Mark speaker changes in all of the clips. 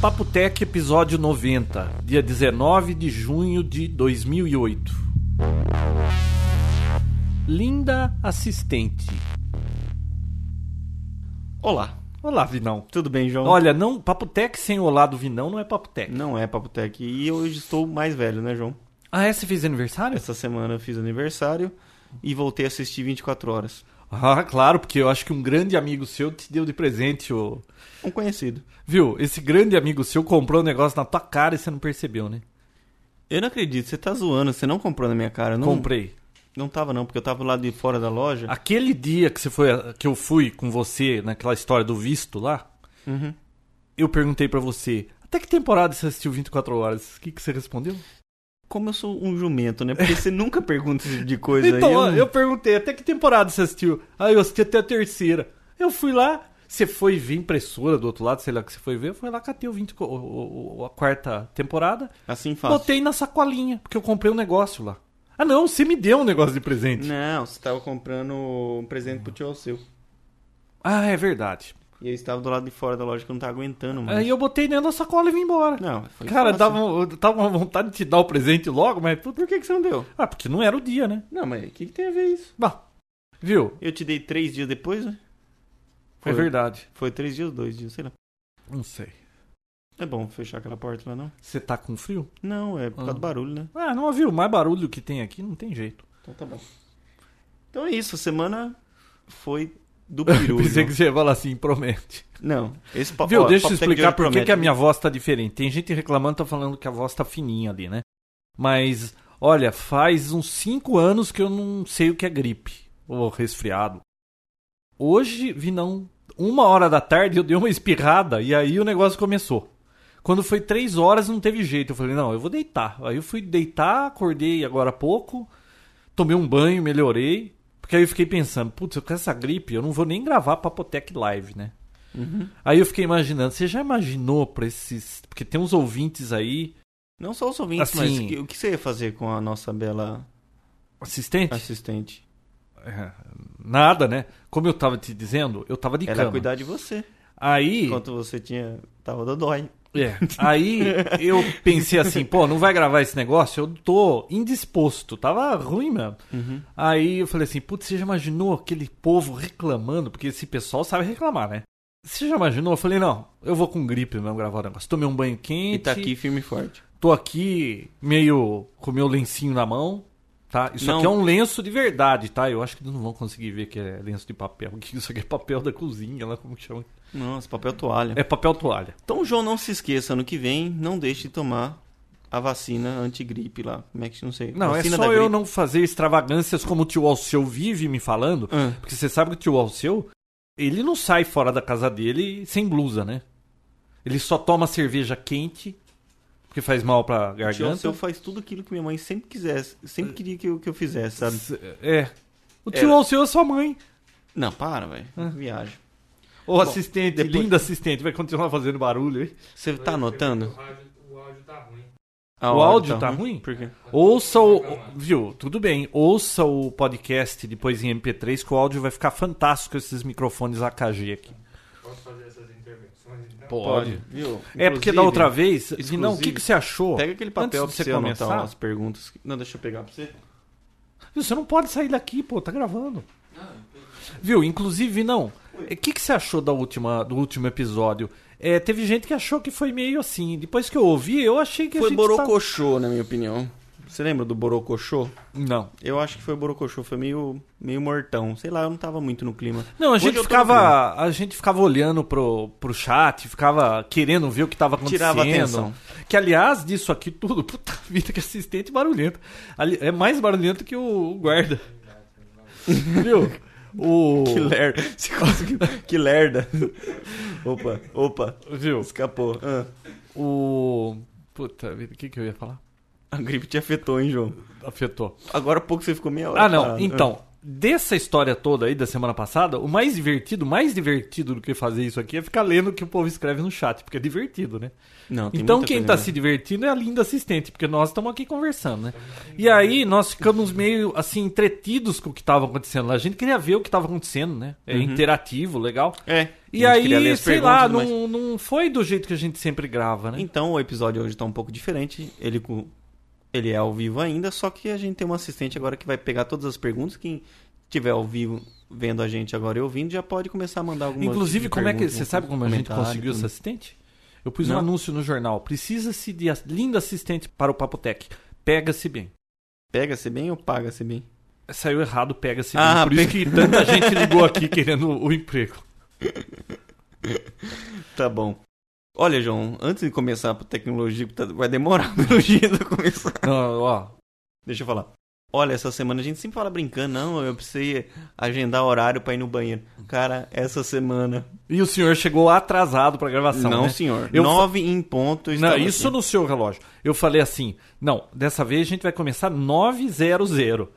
Speaker 1: Papo Tech, episódio 90, dia 19 de junho de 2008. Linda assistente. Olá. Olá, Vinão.
Speaker 2: Tudo bem, João?
Speaker 1: Olha, não, Papo Tech sem olá do Vinão não é Papo Tech.
Speaker 2: Não é Papotec. E hoje estou mais velho, né, João?
Speaker 1: Ah, é? Você fez aniversário?
Speaker 2: Essa semana eu fiz aniversário e voltei a assistir 24 horas.
Speaker 1: Ah, claro, porque eu acho que um grande amigo seu te deu de presente o...
Speaker 2: Um conhecido.
Speaker 1: Viu? Esse grande amigo seu comprou um negócio na tua cara e você não percebeu, né?
Speaker 2: Eu não acredito, você tá zoando, você não comprou na minha cara. eu Não,
Speaker 1: Comprei. Ah.
Speaker 2: Não tava não, porque eu tava lá de fora da loja.
Speaker 1: Aquele dia que você foi, que eu fui com você naquela história do visto lá,
Speaker 2: Uhum.
Speaker 1: eu perguntei pra você, até que temporada você assistiu 24 horas? O que, que você respondeu?
Speaker 2: Como eu sou um jumento, né? Porque você nunca pergunta esse tipo de coisa
Speaker 1: então,
Speaker 2: aí.
Speaker 1: ó,
Speaker 2: não-
Speaker 1: eu... perguntei, até que temporada você assistiu? Ah, eu assisti até a terceira. Eu fui lá, você foi ver impressora do outro lado, sei lá o que você foi ver, eu fui lá, catei o 20, co- o- o- o- a quarta temporada,
Speaker 2: Assim fácil.
Speaker 1: botei na sacolinha, porque eu comprei um negócio lá. Ah não, você me deu um negócio de presente.
Speaker 2: Não, você tava comprando um presente pro tio seu.
Speaker 1: Ah, é verdade.
Speaker 2: E eu estava do lado de fora da loja que eu não tava aguentando mais.
Speaker 1: Aí eu botei nela na sacola e vim embora.
Speaker 2: Não, foi
Speaker 1: Cara,
Speaker 2: fácil.
Speaker 1: dava, um- eu tava uma vontade de te dar o presente logo, mas... puta-
Speaker 2: Por que, que você não deu?
Speaker 1: Ah, porque não era o dia, né?
Speaker 2: Não, mas o que, que tem a ver isso?
Speaker 1: Bom, viu?
Speaker 2: Eu te dei três dias depois, né?
Speaker 1: Foi.
Speaker 2: Foi.
Speaker 1: É verdade.
Speaker 2: Foi três dias, dois dias, sei lá.
Speaker 1: Não sei.
Speaker 2: É bom fechar aquela porta lá, não?
Speaker 1: Você tá com frio?
Speaker 2: Não, é
Speaker 1: Ah.
Speaker 2: por causa do barulho, né?
Speaker 1: Ah, não ouviu? Mais barulho que tem aqui, não tem jeito.
Speaker 2: Então tá bom. Então é isso, a semana foi do peru.
Speaker 1: Pensei
Speaker 2: João.
Speaker 1: que você ia falar assim, promete.
Speaker 2: Não, esse papo.
Speaker 1: Viu,
Speaker 2: ó,
Speaker 1: deixa eu
Speaker 2: papo tech
Speaker 1: explicar
Speaker 2: de
Speaker 1: por
Speaker 2: hoje
Speaker 1: que que a
Speaker 2: promete.
Speaker 1: minha voz tá diferente. Tem gente reclamando, tá falando que a voz tá fininha ali, né? Mas, olha, faz uns 5 anos que eu não sei o que é gripe ou resfriado. Hoje, vi não, uma hora da tarde eu dei uma espirrada e aí o negócio começou. Quando foi três horas não teve jeito. Eu falei, não, eu vou deitar. Aí eu fui deitar, acordei agora há pouco, tomei um banho, melhorei. Porque aí eu fiquei pensando, putz, eu com essa gripe eu não vou nem gravar Papotec Live, né? Aí eu fiquei imaginando, você já imaginou pra esses. Porque tem uns ouvintes aí,
Speaker 2: Não só os ouvintes,
Speaker 1: Assim-
Speaker 2: mas que- o que você ia fazer com a nossa bela
Speaker 1: assistente?
Speaker 2: assistente?
Speaker 1: É, Nada, né? Como eu tava te dizendo, eu tava de
Speaker 2: Ela ia
Speaker 1: cama.
Speaker 2: cuidar de você.
Speaker 1: Aí.
Speaker 2: Enquanto você tinha. Tava dodói.
Speaker 1: É. Aí eu pensei assim, pô, não vai gravar esse negócio? Eu tô indisposto, tava ruim mesmo.
Speaker 2: Uhum.
Speaker 1: Aí eu falei assim, putz, você já imaginou aquele povo reclamando? Porque esse pessoal sabe reclamar, né? Você já imaginou? Eu falei, não, eu vou com gripe mesmo gravar o negócio. Tomei um banho
Speaker 2: E
Speaker 1: quente.
Speaker 2: tá aqui firme e forte.
Speaker 1: Tô aqui meio com meu lencinho na mão, tá? Isso
Speaker 2: Não.
Speaker 1: aqui é um lenço de verdade, tá? Eu acho que não vão conseguir ver que é lenço de papel, que isso aqui é papel da cozinha, lá como que chama?
Speaker 2: Nossa, papel toalha.
Speaker 1: É papel toalha.
Speaker 2: Então, João, não se esqueça, ano que vem, não deixe de tomar a vacina antigripe lá. Como é que não sei?
Speaker 1: Não,
Speaker 2: vacina
Speaker 1: é só eu não fazer extravagâncias como o tio Alceu vive me falando,
Speaker 2: Ah.
Speaker 1: porque você sabe que o tio Alceu, ele não sai fora da casa dele sem blusa, né? Ele só toma cerveja quente, porque faz mal pra
Speaker 2: O tio
Speaker 1: garganta.
Speaker 2: Alceu faz tudo aquilo que minha mãe sempre quisesse, sempre queria que eu, que eu fizesse, sabe?
Speaker 1: É. O tio
Speaker 2: Era.
Speaker 1: Alceu é sua mãe.
Speaker 2: Não, para, velho. Uhum. Viagem.
Speaker 1: Ou assistente,
Speaker 2: depois-
Speaker 1: linda assistente, vai continuar fazendo barulho, hein?
Speaker 2: Você tá anotando? Ah,
Speaker 1: O áudio tá ruim?
Speaker 2: Por quê?
Speaker 1: Ouça o. Viu? Tudo bem. Ouça o podcast depois em MP3, que o áudio vai ficar fantástico esses microfones AKG aqui. Pode.
Speaker 2: Viu?
Speaker 1: É porque da outra vez.
Speaker 2: inclusive,
Speaker 1: Não, o que, que você achou?
Speaker 2: Pega aquele papel
Speaker 1: antes de
Speaker 2: pra você
Speaker 1: você
Speaker 2: anotar
Speaker 1: começar.
Speaker 2: umas perguntas. que- Não, deixa eu pegar pra você.
Speaker 1: Viu, Você não pode sair daqui, pô, tá gravando. Viu? Inclusive, não. O que, que você achou da última, do último episódio? É, teve gente que achou que foi meio assim. Depois que eu ouvi, eu achei que a
Speaker 2: Foi
Speaker 1: gente tá-
Speaker 2: Borocochô, na minha opinião. Você lembra do Borocochô?
Speaker 1: Não.
Speaker 2: Eu acho que foi Borocochô, foi meio, meio mortão. Sei lá, eu não tava muito no clima.
Speaker 1: Não, a
Speaker 2: Hoje
Speaker 1: gente
Speaker 2: eu tô no clima.
Speaker 1: ficava, a gente ficava olhando pro, pro chat, ficava querendo ver o que estava acontecendo.
Speaker 2: Tirava atenção.
Speaker 1: Que aliás disso aqui tudo, puta vida que assistente barulhento. Ali- É mais barulhento que o guarda. Viu? O...
Speaker 2: Que lerda. Se conseguiu. que lerda. Opa, opa.
Speaker 1: Viu?
Speaker 2: Escapou. Ah,
Speaker 1: O... Puta vida, o que, que eu ia falar?
Speaker 2: a gripe te afetou, hein, João?
Speaker 1: Afetou.
Speaker 2: Agora há pouco você ficou meia hora.
Speaker 1: Ah, não.
Speaker 2: parado.
Speaker 1: Então, dessa história toda aí da semana passada, o mais divertido, mais divertido do que fazer isso aqui é ficar lendo o que o povo escreve no chat, porque é divertido, né?
Speaker 2: Ah, Não, tem
Speaker 1: Então
Speaker 2: muita
Speaker 1: quem
Speaker 2: coisa,
Speaker 1: tá
Speaker 2: né?
Speaker 1: se divertindo é a linda assistente, porque nós estamos aqui conversando, né? E aí nós ficamos meio assim entretidos com o que estava acontecendo lá. A gente queria ver o que estava acontecendo, né? É interativo, legal.
Speaker 2: É.
Speaker 1: E
Speaker 2: Uhum. a gente queria ler
Speaker 1: aí,
Speaker 2: as
Speaker 1: sei
Speaker 2: perguntas,
Speaker 1: lá,
Speaker 2: mas-
Speaker 1: não, não foi do jeito que a gente sempre grava, né?
Speaker 2: Então o episódio hoje tá um pouco diferente. Ele com ele é ao vivo ainda, só que a gente tem uma assistente agora que vai pegar todas as perguntas. Quem tiver ao vivo vendo a gente agora e ouvindo já pode começar a mandar algumas
Speaker 1: Inclusive, como é que.
Speaker 2: perguntas,
Speaker 1: Você sabe como a gente
Speaker 2: comentário,
Speaker 1: conseguiu
Speaker 2: tudo.
Speaker 1: essa assistente? Eu pus um
Speaker 2: Não.
Speaker 1: anúncio no jornal. Precisa-se de as- linda assistente para o Papotec. Pega-se bem.
Speaker 2: Pega-se bem ou paga-se bem?
Speaker 1: Saiu errado, pega-se
Speaker 2: Ah,
Speaker 1: bem. Por isso que tanta gente ligou aqui querendo o emprego.
Speaker 2: Tá bom. Olha, João, antes de começar a tecnologia, tá- vai demorar pelo jeito a começar.
Speaker 1: Não, ó,
Speaker 2: Deixa eu falar. Olha, essa semana a gente sempre fala brincando, não, eu precisei agendar horário pra ir no banheiro. Cara, essa semana.
Speaker 1: E o senhor chegou atrasado pra gravação,
Speaker 2: não,
Speaker 1: né?
Speaker 2: senhor.
Speaker 1: Eu fa-
Speaker 2: Nove em ponto. eu
Speaker 1: Não,
Speaker 2: estava
Speaker 1: isso
Speaker 2: aqui.
Speaker 1: no seu relógio. Eu falei assim, não, dessa vez a gente vai começar 900.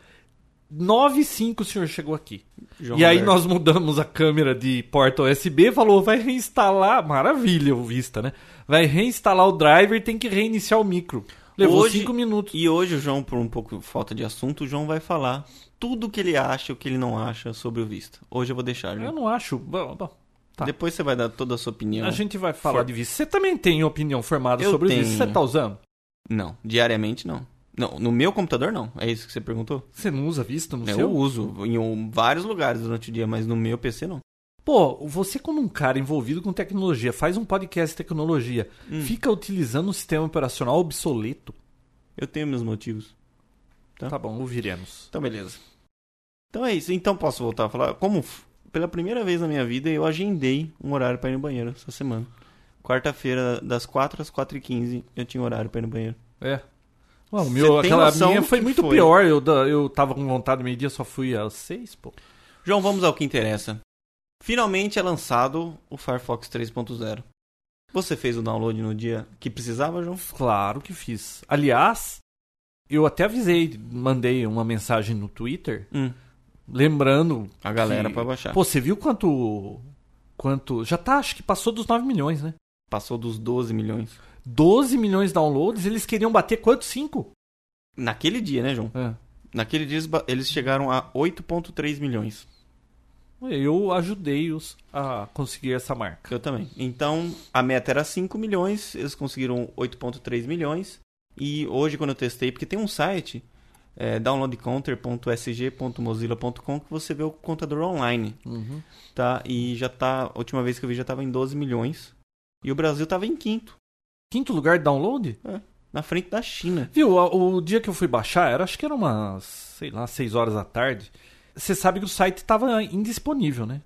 Speaker 1: 95 o senhor chegou aqui.
Speaker 2: João
Speaker 1: e aí
Speaker 2: Roberto.
Speaker 1: nós mudamos a câmera de porta USB, falou, vai reinstalar, maravilha o Vista, né? Vai reinstalar o driver, tem que reiniciar o micro. Levou
Speaker 2: Hoje-
Speaker 1: 5 minutos.
Speaker 2: E hoje o João, por um pouco falta de assunto, o João vai falar tudo o que ele acha e o que ele não acha sobre o visto. Hoje eu vou deixar,
Speaker 1: Eu
Speaker 2: João.
Speaker 1: não acho, bom, bom, tá.
Speaker 2: Depois você vai dar toda a sua opinião.
Speaker 1: a gente vai falar
Speaker 2: For-
Speaker 1: de Vista. Você também tem opinião formada
Speaker 2: Eu
Speaker 1: sobre o Vista,
Speaker 2: tenho.
Speaker 1: você tá usando?
Speaker 2: Não, diariamente não. Não, no meu computador não. É isso que você perguntou? É,
Speaker 1: Você não usa Vista no
Speaker 2: eu
Speaker 1: seu?
Speaker 2: uso em um- vários lugares durante o dia, mas no meu PC não.
Speaker 1: Pô, você como um cara envolvido com tecnologia, faz um podcast de tecnologia,
Speaker 2: Hum.
Speaker 1: fica utilizando um sistema operacional obsoleto?
Speaker 2: Eu tenho meus motivos. Tá.
Speaker 1: Tá bom, ouviremos.
Speaker 2: Então, beleza. Então é isso. Então posso voltar a falar. Como f- pela primeira vez na minha vida eu agendei um horário pra ir no banheiro essa semana. Quarta-feira, das 4 às 4h15, eu tinha horário pra ir no banheiro.
Speaker 1: É. Ué, o
Speaker 2: Você
Speaker 1: meu,
Speaker 2: tem
Speaker 1: aquela
Speaker 2: noção
Speaker 1: minha
Speaker 2: do
Speaker 1: foi
Speaker 2: que
Speaker 1: muito
Speaker 2: foi?
Speaker 1: pior. Eu, da- eu tava com vontade meio dia, só fui às seis, pô.
Speaker 2: João, vamos ao que interessa. Finalmente é lançado o Firefox 3.0. Você fez o download no dia que precisava, João?
Speaker 1: Claro que fiz. Aliás, eu até avisei, mandei uma mensagem no Twitter,
Speaker 2: Hum,
Speaker 1: lembrando.
Speaker 2: a galera
Speaker 1: que-
Speaker 2: pra baixar.
Speaker 1: Pô, você viu quanto. Quanto. Já tá, acho que passou dos 9 milhões, né?
Speaker 2: Passou dos 12 milhões.
Speaker 1: 12 milhões de downloads, eles queriam bater quanto? 5?
Speaker 2: Naquele dia, né, João?
Speaker 1: É.
Speaker 2: Naquele dia eles ba- eles chegaram a 8.3 milhões.
Speaker 1: Eu ajudei-os a conseguir essa marca.
Speaker 2: Eu também. Então, a meta era 5 milhões, eles conseguiram 8.3 milhões. E hoje, quando eu testei, porque tem um site, é, downloadcounter.sg.mozilla.com, que você vê o contador online,
Speaker 1: Uhum.
Speaker 2: tá? E já tá, a última vez que eu vi já tava em 12 milhões. E o Brasil tava em quinto,
Speaker 1: Quinto lugar de download?
Speaker 2: na frente da China.
Speaker 1: Viu, a- o dia que eu fui baixar, era, acho que era umas, sei lá, 6 horas da tarde. Você sabe que o site tava indisponível, né?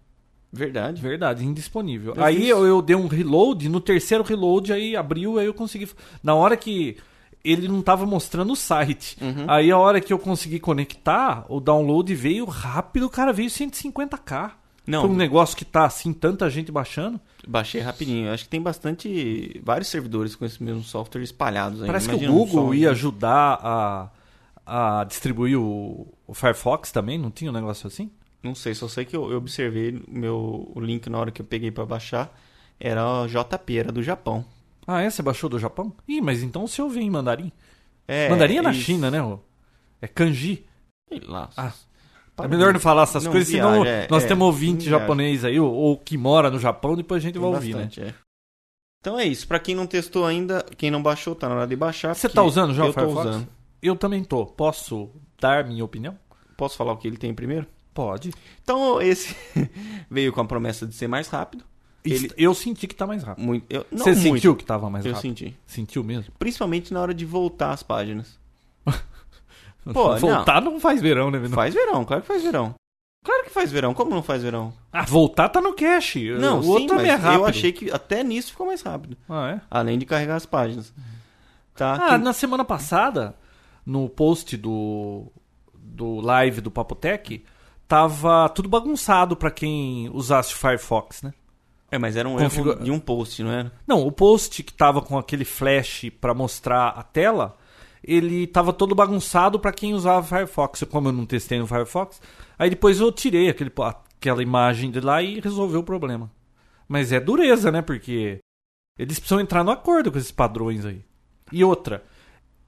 Speaker 1: De
Speaker 2: Verdade.
Speaker 1: verdade, indisponível.
Speaker 2: Eu
Speaker 1: aí
Speaker 2: fiz-
Speaker 1: eu, eu dei um reload, no terceiro reload aí abriu, aí eu consegui. Na hora que ele não tava mostrando o site.
Speaker 2: Uhum.
Speaker 1: Aí a hora que eu consegui conectar, o download veio rápido, cara, veio 150k. Pra um
Speaker 2: Não,
Speaker 1: negócio que tá assim, tanta gente baixando.
Speaker 2: baixei rapidinho. Acho que tem bastante, vários servidores com esse mesmo software espalhados aí.
Speaker 1: Parece que o
Speaker 2: Imagina um
Speaker 1: Google
Speaker 2: só,
Speaker 1: ia
Speaker 2: né?
Speaker 1: ajudar a, a distribuir o, o Firefox também, não tinha um negócio assim?
Speaker 2: Não sei, só sei que eu, eu observei o meu o link na hora que eu peguei pra baixar. Era o JP, era do Japão.
Speaker 1: Ah, é? Você baixou do Japão? Ih, mas então o seu vem em mandarim.
Speaker 2: É,
Speaker 1: mandarim é na
Speaker 2: isso.
Speaker 1: China, né? ô? É kanji.
Speaker 2: Sei lá.
Speaker 1: Ah,
Speaker 2: Tá Para
Speaker 1: é melhor não falar essas
Speaker 2: Não,
Speaker 1: coisas,
Speaker 2: viaja,
Speaker 1: senão
Speaker 2: é,
Speaker 1: nós
Speaker 2: é,
Speaker 1: temos ouvinte
Speaker 2: viaja.
Speaker 1: japonês aí, ou, ou que mora no Japão, depois a gente
Speaker 2: Tem
Speaker 1: vai ouvir, né?
Speaker 2: bastante, é. Então é isso. Pra quem não testou ainda, quem não baixou, tá na hora de baixar.
Speaker 1: Você
Speaker 2: porque
Speaker 1: tá usando já o
Speaker 2: Eu tô
Speaker 1: Firefox?
Speaker 2: usando.
Speaker 1: Eu também tô. Posso dar minha opinião?
Speaker 2: Posso falar o que ele tem primeiro?
Speaker 1: Pode.
Speaker 2: Então esse veio com a promessa de ser mais rápido. Ele-
Speaker 1: Est- Eu senti que tá mais rápido.
Speaker 2: Muito, eu, não
Speaker 1: Você
Speaker 2: muito,
Speaker 1: sentiu que tava mais
Speaker 2: Eu
Speaker 1: rápido?
Speaker 2: senti.
Speaker 1: Sentiu mesmo?
Speaker 2: Principalmente na hora de voltar as páginas. Pô,
Speaker 1: voltar não. faz verão, né? Não.
Speaker 2: Faz verão, claro que faz verão. Claro que faz verão. Como não faz verão?
Speaker 1: Ah, voltar tá no cache.
Speaker 2: Não,
Speaker 1: o
Speaker 2: sim,
Speaker 1: outro também
Speaker 2: mas
Speaker 1: é rápido.
Speaker 2: eu achei que até nisso ficou mais rápido.
Speaker 1: Ah, é?
Speaker 2: Além de carregar as páginas. Tá?
Speaker 1: Ah,
Speaker 2: que-
Speaker 1: na semana passada, no post do, do live do Papotec, tava tudo bagunçado pra quem usasse o Firefox, né?
Speaker 2: É, mas era um
Speaker 1: Configura-
Speaker 2: erro de um post, não era?
Speaker 1: Não, o post que tava com aquele flash pra mostrar a tela, ele tava todo bagunçado pra quem usava Firefox. Como eu não testei no Firefox, aí depois eu tirei aquele, po- aquela imagem de lá e resolveu o problema. Mas é dureza, né? Porque eles precisam entrar no acordo com esses padrões aí. E outra,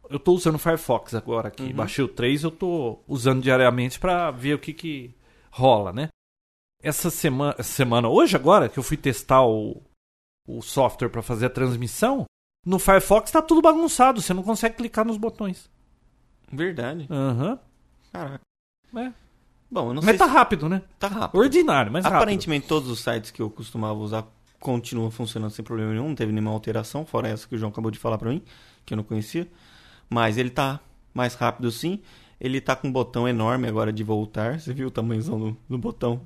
Speaker 1: eu tô usando o Firefox agora aqui. Baixei o 3, eu tô usando diariamente pra ver o que que rola, né? Essa semana, essa semana, hoje agora, que eu fui testar o, o software para fazer a transmissão, no Firefox tá tudo bagunçado, você não consegue clicar nos botões.
Speaker 2: Verdade.
Speaker 1: Aham.
Speaker 2: Caraca.
Speaker 1: É.
Speaker 2: Bom, eu não
Speaker 1: Mas
Speaker 2: sei
Speaker 1: tá rápido, né?
Speaker 2: se tá rápido.
Speaker 1: Ordinário, mas rápido.
Speaker 2: Aparentemente todos os sites que eu costumava usar continuam funcionando sem problema nenhum, não teve nenhuma alteração, fora essa que o João acabou de falar pra mim, que eu não conhecia. Mas ele tá mais rápido sim. Ele tá com um botão enorme agora de voltar. Você viu o tamanhozão do, do botão?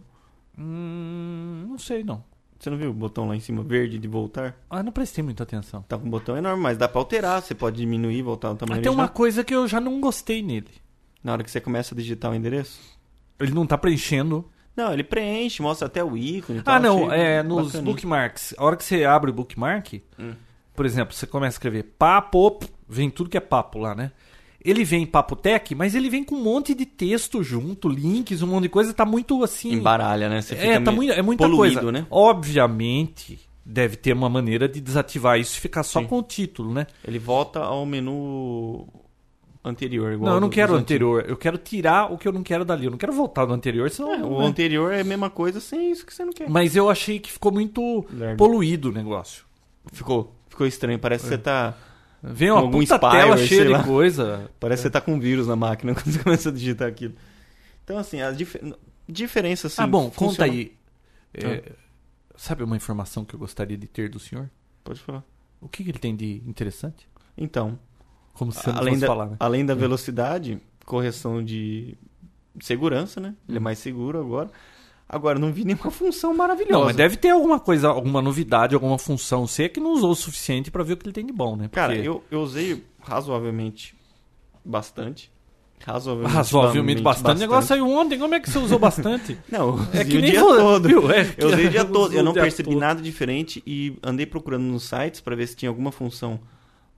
Speaker 1: Hum, não sei não.
Speaker 2: Você não viu o botão lá em cima verde de voltar?
Speaker 1: Ah, não prestei muita atenção.
Speaker 2: Tá com um botão enorme, mas dá pra alterar. Você pode diminuir, voltar no tamanho
Speaker 1: Mas Ah, tem uma
Speaker 2: original.
Speaker 1: coisa que eu já não gostei nele.
Speaker 2: Na hora que você começa a digitar o endereço.
Speaker 1: Ele não tá preenchendo.
Speaker 2: Não, ele preenche, mostra até o ícone. e tal,
Speaker 1: ah, não,
Speaker 2: Então achei
Speaker 1: é nos
Speaker 2: bacaninha. Hum.
Speaker 1: bookmarks. A hora que você abre o bookmark, por exemplo, você começa a escrever papo, p- vem tudo que é papo lá, né? Ele vem papotec, mas ele vem com um monte de texto junto, links, um monte de coisa, tá muito assim.
Speaker 2: Embaralha, né? Você
Speaker 1: É,
Speaker 2: fica
Speaker 1: tá
Speaker 2: meio
Speaker 1: muito, é muita
Speaker 2: poluído,
Speaker 1: coisa.
Speaker 2: né?
Speaker 1: Obviamente, deve ter uma maneira de desativar isso e ficar só com o título, né?
Speaker 2: Ele volta ao menu anterior. Igual
Speaker 1: não, eu não
Speaker 2: do-
Speaker 1: quero o
Speaker 2: dos antigos.
Speaker 1: anterior. Eu quero tirar o que eu não quero dali. Eu não quero voltar no anterior, né? senão.
Speaker 2: É, o anterior é a mesma coisa sem isso que você não quer.
Speaker 1: Mas eu achei que ficou muito
Speaker 2: Lerdo.
Speaker 1: poluído o negócio.
Speaker 2: Ficou, ficou estranho.
Speaker 1: É.
Speaker 2: Parece que você tá,
Speaker 1: Vem
Speaker 2: Com
Speaker 1: uma
Speaker 2: algum
Speaker 1: puta
Speaker 2: spyware,
Speaker 1: tela
Speaker 2: sei
Speaker 1: cheia de
Speaker 2: lá.
Speaker 1: coisa.
Speaker 2: parece que você tá com um vírus na máquina quando você começa a digitar aquilo. Então assim, a dif- diferença assim.
Speaker 1: ah, bom,
Speaker 2: funciona- Ah.
Speaker 1: conta aí. É, Sabe uma informação que eu gostaria de ter do senhor?
Speaker 2: Pode falar.
Speaker 1: O que, que ele tem de interessante?
Speaker 2: Então,
Speaker 1: Como se você não
Speaker 2: além
Speaker 1: fosse
Speaker 2: da,
Speaker 1: falar, né?
Speaker 2: além da velocidade, correção de segurança, né?
Speaker 1: Uhum.
Speaker 2: Ele é mais seguro agora. Agora não vi nenhuma função maravilhosa.
Speaker 1: Não, mas deve ter alguma coisa, alguma novidade, alguma função. Você que não usou o suficiente pra ver o que ele tem de bom, né?
Speaker 2: Cara,
Speaker 1: Porque-
Speaker 2: eu, eu usei razoavelmente bastante. Razoavelmente,
Speaker 1: Ah, Razoavelmente bastante. O negócio
Speaker 2: bastante.
Speaker 1: saiu ontem, como é que você usou bastante?
Speaker 2: Não, eu usei
Speaker 1: É que
Speaker 2: o
Speaker 1: nem
Speaker 2: dia
Speaker 1: vo-
Speaker 2: todo.
Speaker 1: viu? É que
Speaker 2: eu usei o dia
Speaker 1: usou
Speaker 2: todo. Eu
Speaker 1: o
Speaker 2: não
Speaker 1: dia
Speaker 2: percebi
Speaker 1: todo.
Speaker 2: nada diferente e andei procurando nos sites pra ver se tinha alguma função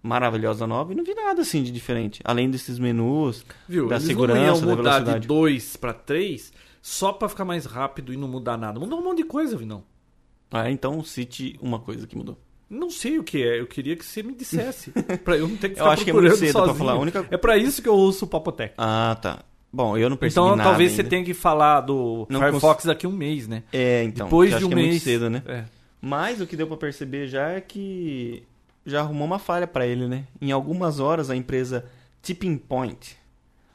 Speaker 2: maravilhosa nova e não vi nada assim de diferente. Além desses menus,
Speaker 1: Viu?
Speaker 2: da
Speaker 1: Eles não
Speaker 2: segurança,
Speaker 1: iam
Speaker 2: da
Speaker 1: mudar de
Speaker 2: velocidade.
Speaker 1: 2 pra 3 só pra ficar mais rápido e não mudar nada. Mudou um monte de coisa, Vinão.
Speaker 2: Ah, então cite uma coisa que mudou.
Speaker 1: Não sei o que é, eu queria que você me dissesse. pra eu não ter que
Speaker 2: Eu
Speaker 1: ficar
Speaker 2: acho que é
Speaker 1: procurando
Speaker 2: muito cedo pra
Speaker 1: sozinho.
Speaker 2: falar. A única-
Speaker 1: É pra isso que eu ouço o Papotec.
Speaker 2: Ah, tá. Bom, eu não percebi
Speaker 1: Então
Speaker 2: nada.
Speaker 1: talvez você
Speaker 2: ainda.
Speaker 1: tenha que falar do
Speaker 2: né? Não
Speaker 1: Firefox daqui a um mês, né?
Speaker 2: É, então.
Speaker 1: Depois
Speaker 2: eu
Speaker 1: de
Speaker 2: acho
Speaker 1: um
Speaker 2: que
Speaker 1: mês.
Speaker 2: é muito cedo, né?
Speaker 1: É.
Speaker 2: Mas o que deu pra perceber já é que já arrumou uma falha pra ele, né? Em algumas horas a empresa Tipping Point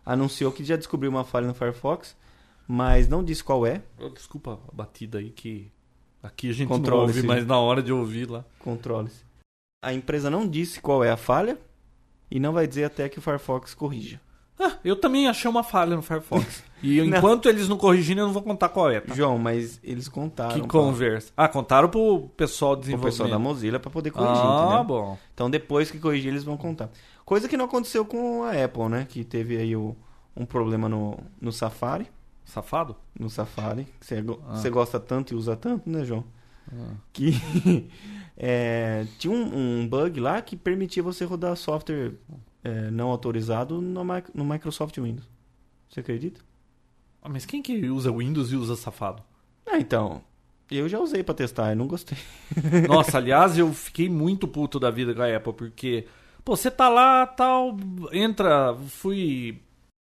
Speaker 2: anunciou que já descobriu uma falha no Firefox, mas não disse qual é.
Speaker 1: Oh, Desculpa a batida aí que aqui a gente
Speaker 2: Controla
Speaker 1: não ouve,
Speaker 2: esse-
Speaker 1: mas na hora de ouvir lá.
Speaker 2: Controle-se. A empresa não disse qual é a falha e não vai dizer até que o Firefox corrija.
Speaker 1: Ah, eu também achei uma falha no Firefox. E
Speaker 2: Não.
Speaker 1: enquanto eles não corrigirem, eu não vou contar qual é, tá?
Speaker 2: João, mas eles contaram
Speaker 1: Que
Speaker 2: pra-
Speaker 1: conversa. Ah, contaram pro pessoal
Speaker 2: pro
Speaker 1: desenvolvimento.
Speaker 2: pessoal da Mozilla pra poder corrigir,
Speaker 1: Ah,
Speaker 2: entendeu?
Speaker 1: bom.
Speaker 2: Então depois que corrigir eles vão contar. Coisa que não aconteceu com a Apple, né? Que teve aí o- um problema no, no Safari.
Speaker 1: Safado?
Speaker 2: no Safari, que você, go-
Speaker 1: Ah.
Speaker 2: você gosta tanto e usa tanto, né, João? Que é, tinha um, um bug lá que permitia você rodar software é, não autorizado no, mic- no Microsoft Windows. Você acredita?
Speaker 1: Ah, mas quem que usa Windows e usa safado?
Speaker 2: Ah, então. Eu já usei pra testar, eu não gostei.
Speaker 1: Nossa, aliás, eu fiquei muito puto da vida com a Apple, porque, pô, você tá lá, tal, entra, fui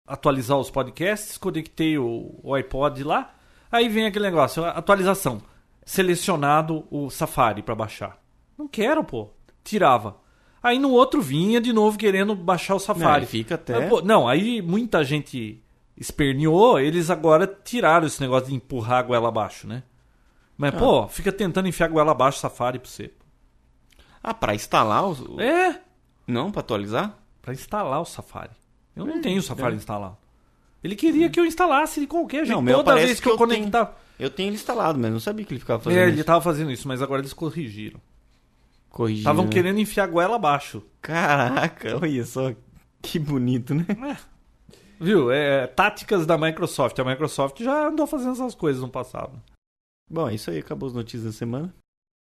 Speaker 1: atualizar os podcasts, conectei o, o iPod lá, aí vem aquele negócio, atualização, selecionado o Safari pra baixar. Não quero, pô. Tirava. Aí no outro vinha de novo querendo baixar o Safari.
Speaker 2: Não, fica até.
Speaker 1: Mas, pô, não, aí muita gente esperneou, eles agora tiraram esse negócio de empurrar a goela abaixo, né? Mas, pô, fica tentando enfiar a goela abaixo o Safari pra você.
Speaker 2: Ah, pra instalar? Os...
Speaker 1: É,
Speaker 2: Não, pra atualizar?
Speaker 1: pra instalar o Safari. Eu não tenho o Safari instalado. Ele queria que eu instalasse de qualquer jeito,
Speaker 2: Não, meu
Speaker 1: toda
Speaker 2: parece
Speaker 1: vez que,
Speaker 2: que
Speaker 1: eu
Speaker 2: eu tenho
Speaker 1: conectava.
Speaker 2: Eu tenho ele instalado, mas não sabia que ele ficava fazendo
Speaker 1: É,
Speaker 2: isso.
Speaker 1: ele tava fazendo isso, mas agora eles corrigiram.
Speaker 2: Corrigindo,
Speaker 1: Estavam
Speaker 2: né?
Speaker 1: querendo enfiar a goela abaixo.
Speaker 2: Caraca, olha só. Que bonito, né?
Speaker 1: Viu? É, táticas da Microsoft. A Microsoft já andou fazendo essas coisas no passado.
Speaker 2: Bom, é isso aí. Acabou as notícias da semana.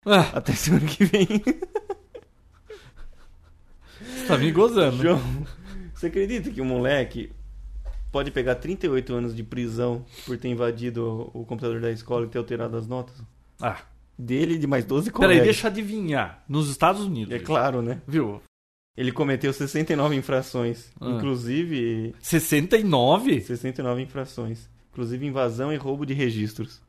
Speaker 1: Ah,
Speaker 2: Até semana que vem.
Speaker 1: você tá me gozando.
Speaker 2: João, você acredita que um moleque pode pegar 38 anos de prisão por ter invadido o computador da escola e ter alterado as notas?
Speaker 1: Ah,
Speaker 2: Dele e de mais 12
Speaker 1: peraí,
Speaker 2: colegas.
Speaker 1: deixa eu adivinhar. Nos Estados Unidos.
Speaker 2: É claro, né?
Speaker 1: Viu?
Speaker 2: Ele cometeu 69 infrações.
Speaker 1: Ah.
Speaker 2: Inclusive,
Speaker 1: 69?
Speaker 2: 69 infrações. Inclusive invasão e roubo de registros.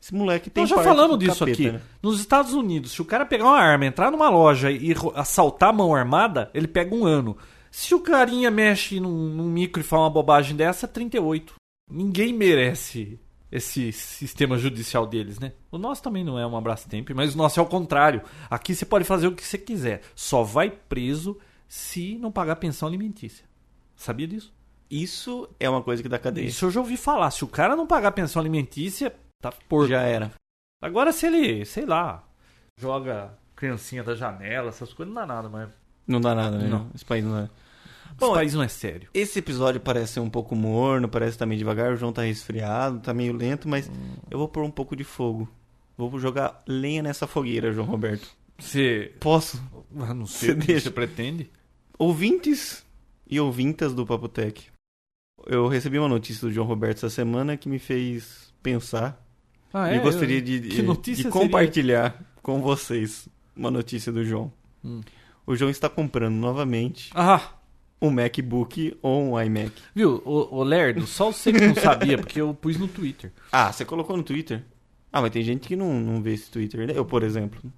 Speaker 2: Esse moleque tem
Speaker 1: Nós Então, já
Speaker 2: parte
Speaker 1: falamos
Speaker 2: com
Speaker 1: disso
Speaker 2: capeta,
Speaker 1: aqui.
Speaker 2: né?
Speaker 1: Nos Estados Unidos, se o cara pegar uma arma, entrar numa loja e ro- assaltar a mão armada, ele pega um ano. Se o carinha mexe num, num micro e fala uma bobagem dessa, 38. Ninguém merece esse sistema judicial deles, né? O nosso também não é um abraço tempo, mas o nosso é o contrário. Aqui você pode fazer o que você quiser. Só vai preso se não pagar pensão alimentícia. Sabia disso?
Speaker 2: Isso é uma coisa que dá cadeia.
Speaker 1: Isso eu já ouvi falar. Se o cara não pagar pensão alimentícia, tá porco.
Speaker 2: Já era.
Speaker 1: Agora, se ele, sei lá, joga criancinha da janela, essas coisas, não dá nada, mas.
Speaker 2: Não dá nada, né?
Speaker 1: Não.
Speaker 2: Esse país não dá.
Speaker 1: Esse país não é sério.
Speaker 2: Esse episódio parece ser um pouco morno, parece que tá meio devagar, o João tá resfriado, tá meio lento, mas eu vou pôr um pouco de fogo. Vou jogar lenha nessa fogueira, João Roberto.
Speaker 1: Você.
Speaker 2: Posso?
Speaker 1: Ah, não sei.
Speaker 2: Você
Speaker 1: o que
Speaker 2: deixa.
Speaker 1: Você pretende?
Speaker 2: Ouvintes e ouvintas do Papotec. Eu recebi uma notícia do João Roberto essa semana que me fez pensar
Speaker 1: Ah,
Speaker 2: e gostaria de, de-
Speaker 1: que notícia
Speaker 2: de
Speaker 1: seria?
Speaker 2: compartilhar com vocês uma notícia do João.
Speaker 1: Hum.
Speaker 2: O João está comprando novamente
Speaker 1: Ah,
Speaker 2: um MacBook ou um iMac.
Speaker 1: viu, o, o Lerdo, só você que não sabia, porque eu pus no Twitter.
Speaker 2: Ah, você colocou no Twitter? Ah, mas tem gente que não, não vê esse Twitter. né? Eu, por exemplo.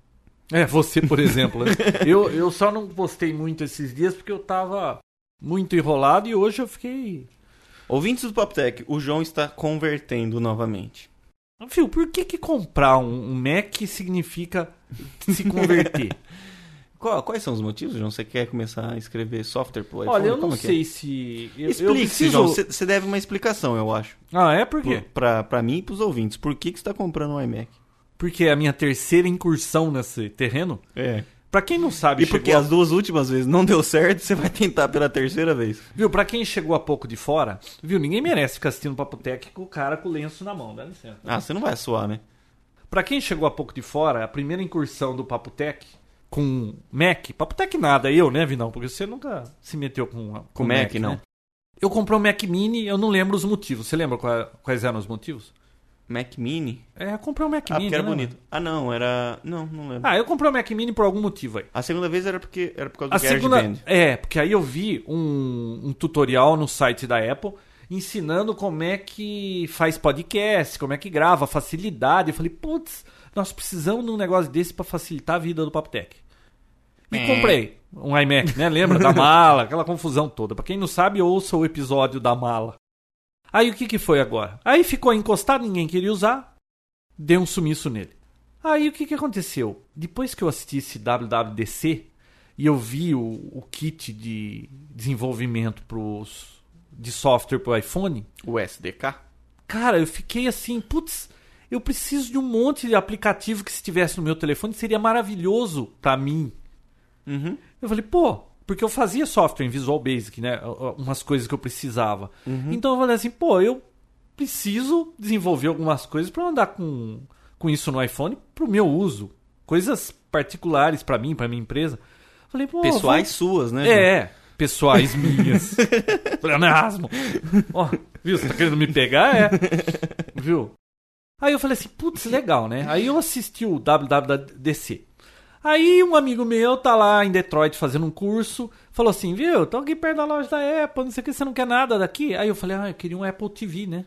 Speaker 1: É, você, por exemplo. né? eu, eu só não postei muito esses dias porque eu tava muito enrolado e hoje eu fiquei.
Speaker 2: Ouvintes do Poptech, o João está convertendo novamente.
Speaker 1: Viu, por que, que comprar um, um Mac significa se converter?
Speaker 2: Qual- quais são os motivos, João? Você quer começar a escrever software pro iPhone?
Speaker 1: Olha, eu não
Speaker 2: Como que é?
Speaker 1: sei se. Eu, eu
Speaker 2: Explique-se,
Speaker 1: preciso-
Speaker 2: João. Você você deve uma explicação, eu acho.
Speaker 1: Ah, é por quê?
Speaker 2: Por- Pra, pra mim e pros ouvintes. Por que, que você tá comprando um iMac?
Speaker 1: Porque é a minha terceira incursão nesse terreno.
Speaker 2: É.
Speaker 1: Pra quem não sabe,
Speaker 2: E porque
Speaker 1: chegou a-
Speaker 2: as duas últimas vezes não deu certo, você vai tentar pela terceira vez.
Speaker 1: viu? Pra quem chegou há pouco de fora, viu? Ninguém merece ficar assistindo papo técnico com o cara com o lenço na mão, dá licença.
Speaker 2: Ah, você não vai suar, né?
Speaker 1: Pra quem chegou há pouco de fora, a primeira incursão do papo Tech com Mac, papo Tech nada, eu, né, Vinão? Porque você nunca se meteu com com,
Speaker 2: Com Mac, não.
Speaker 1: né? Eu comprei um Mac Mini, eu não lembro os motivos. Você lembra qua- quais eram os motivos?
Speaker 2: Mac Mini?
Speaker 1: É, eu comprei um Mac
Speaker 2: ah,
Speaker 1: Mini.
Speaker 2: porque era
Speaker 1: né,
Speaker 2: bonito. Ah, não, era. Não, não
Speaker 1: mano?
Speaker 2: lembro.
Speaker 1: Ah, eu comprei um Mac Mini por algum motivo aí.
Speaker 2: A segunda vez era porque era por causa do
Speaker 1: A segunda
Speaker 2: GarageBand.
Speaker 1: é porque aí eu vi um, um tutorial no site da Apple ensinando como é que faz podcast, como é que grava, a facilidade. Eu falei, putz, nós precisamos de um negócio desse pra facilitar a vida do Papotec. E
Speaker 2: É.
Speaker 1: comprei um iMac, né? Lembra da mala, aquela confusão toda. Pra quem não sabe, ouça o episódio da mala. Aí o que que foi agora? Aí ficou encostado, ninguém queria usar. Dei um sumiço nele. Aí o que, que aconteceu? Depois que eu assisti esse WWDC e eu vi o, o kit de desenvolvimento pros, de software pro iPhone,
Speaker 2: O SDK?
Speaker 1: cara, eu fiquei assim, putz, eu preciso de um monte de aplicativo que se estivesse no meu telefone seria maravilhoso pra mim.
Speaker 2: Uhum.
Speaker 1: Eu falei, pô, porque eu fazia software em Visual Basic, né? Umas coisas que eu precisava. Então eu falei assim, pô, eu preciso desenvolver algumas coisas pra eu andar com, com isso no iPhone pro meu uso. Coisas particulares pra mim, pra minha empresa. Eu Falei, pô,
Speaker 2: Pessoais suas, né?
Speaker 1: vou- É, pessoais minhas. Pleonasmo. Ó, viu? Você tá querendo me pegar? É. Viu? Aí eu falei assim, putz, legal, né? Aí eu assisti o WWDC. Aí um amigo meu tá lá em Detroit fazendo um curso, falou assim, viu, tô aqui perto da loja da Apple, não sei o que, você não quer nada daqui? Aí eu falei, ah, eu queria um Apple TV, né?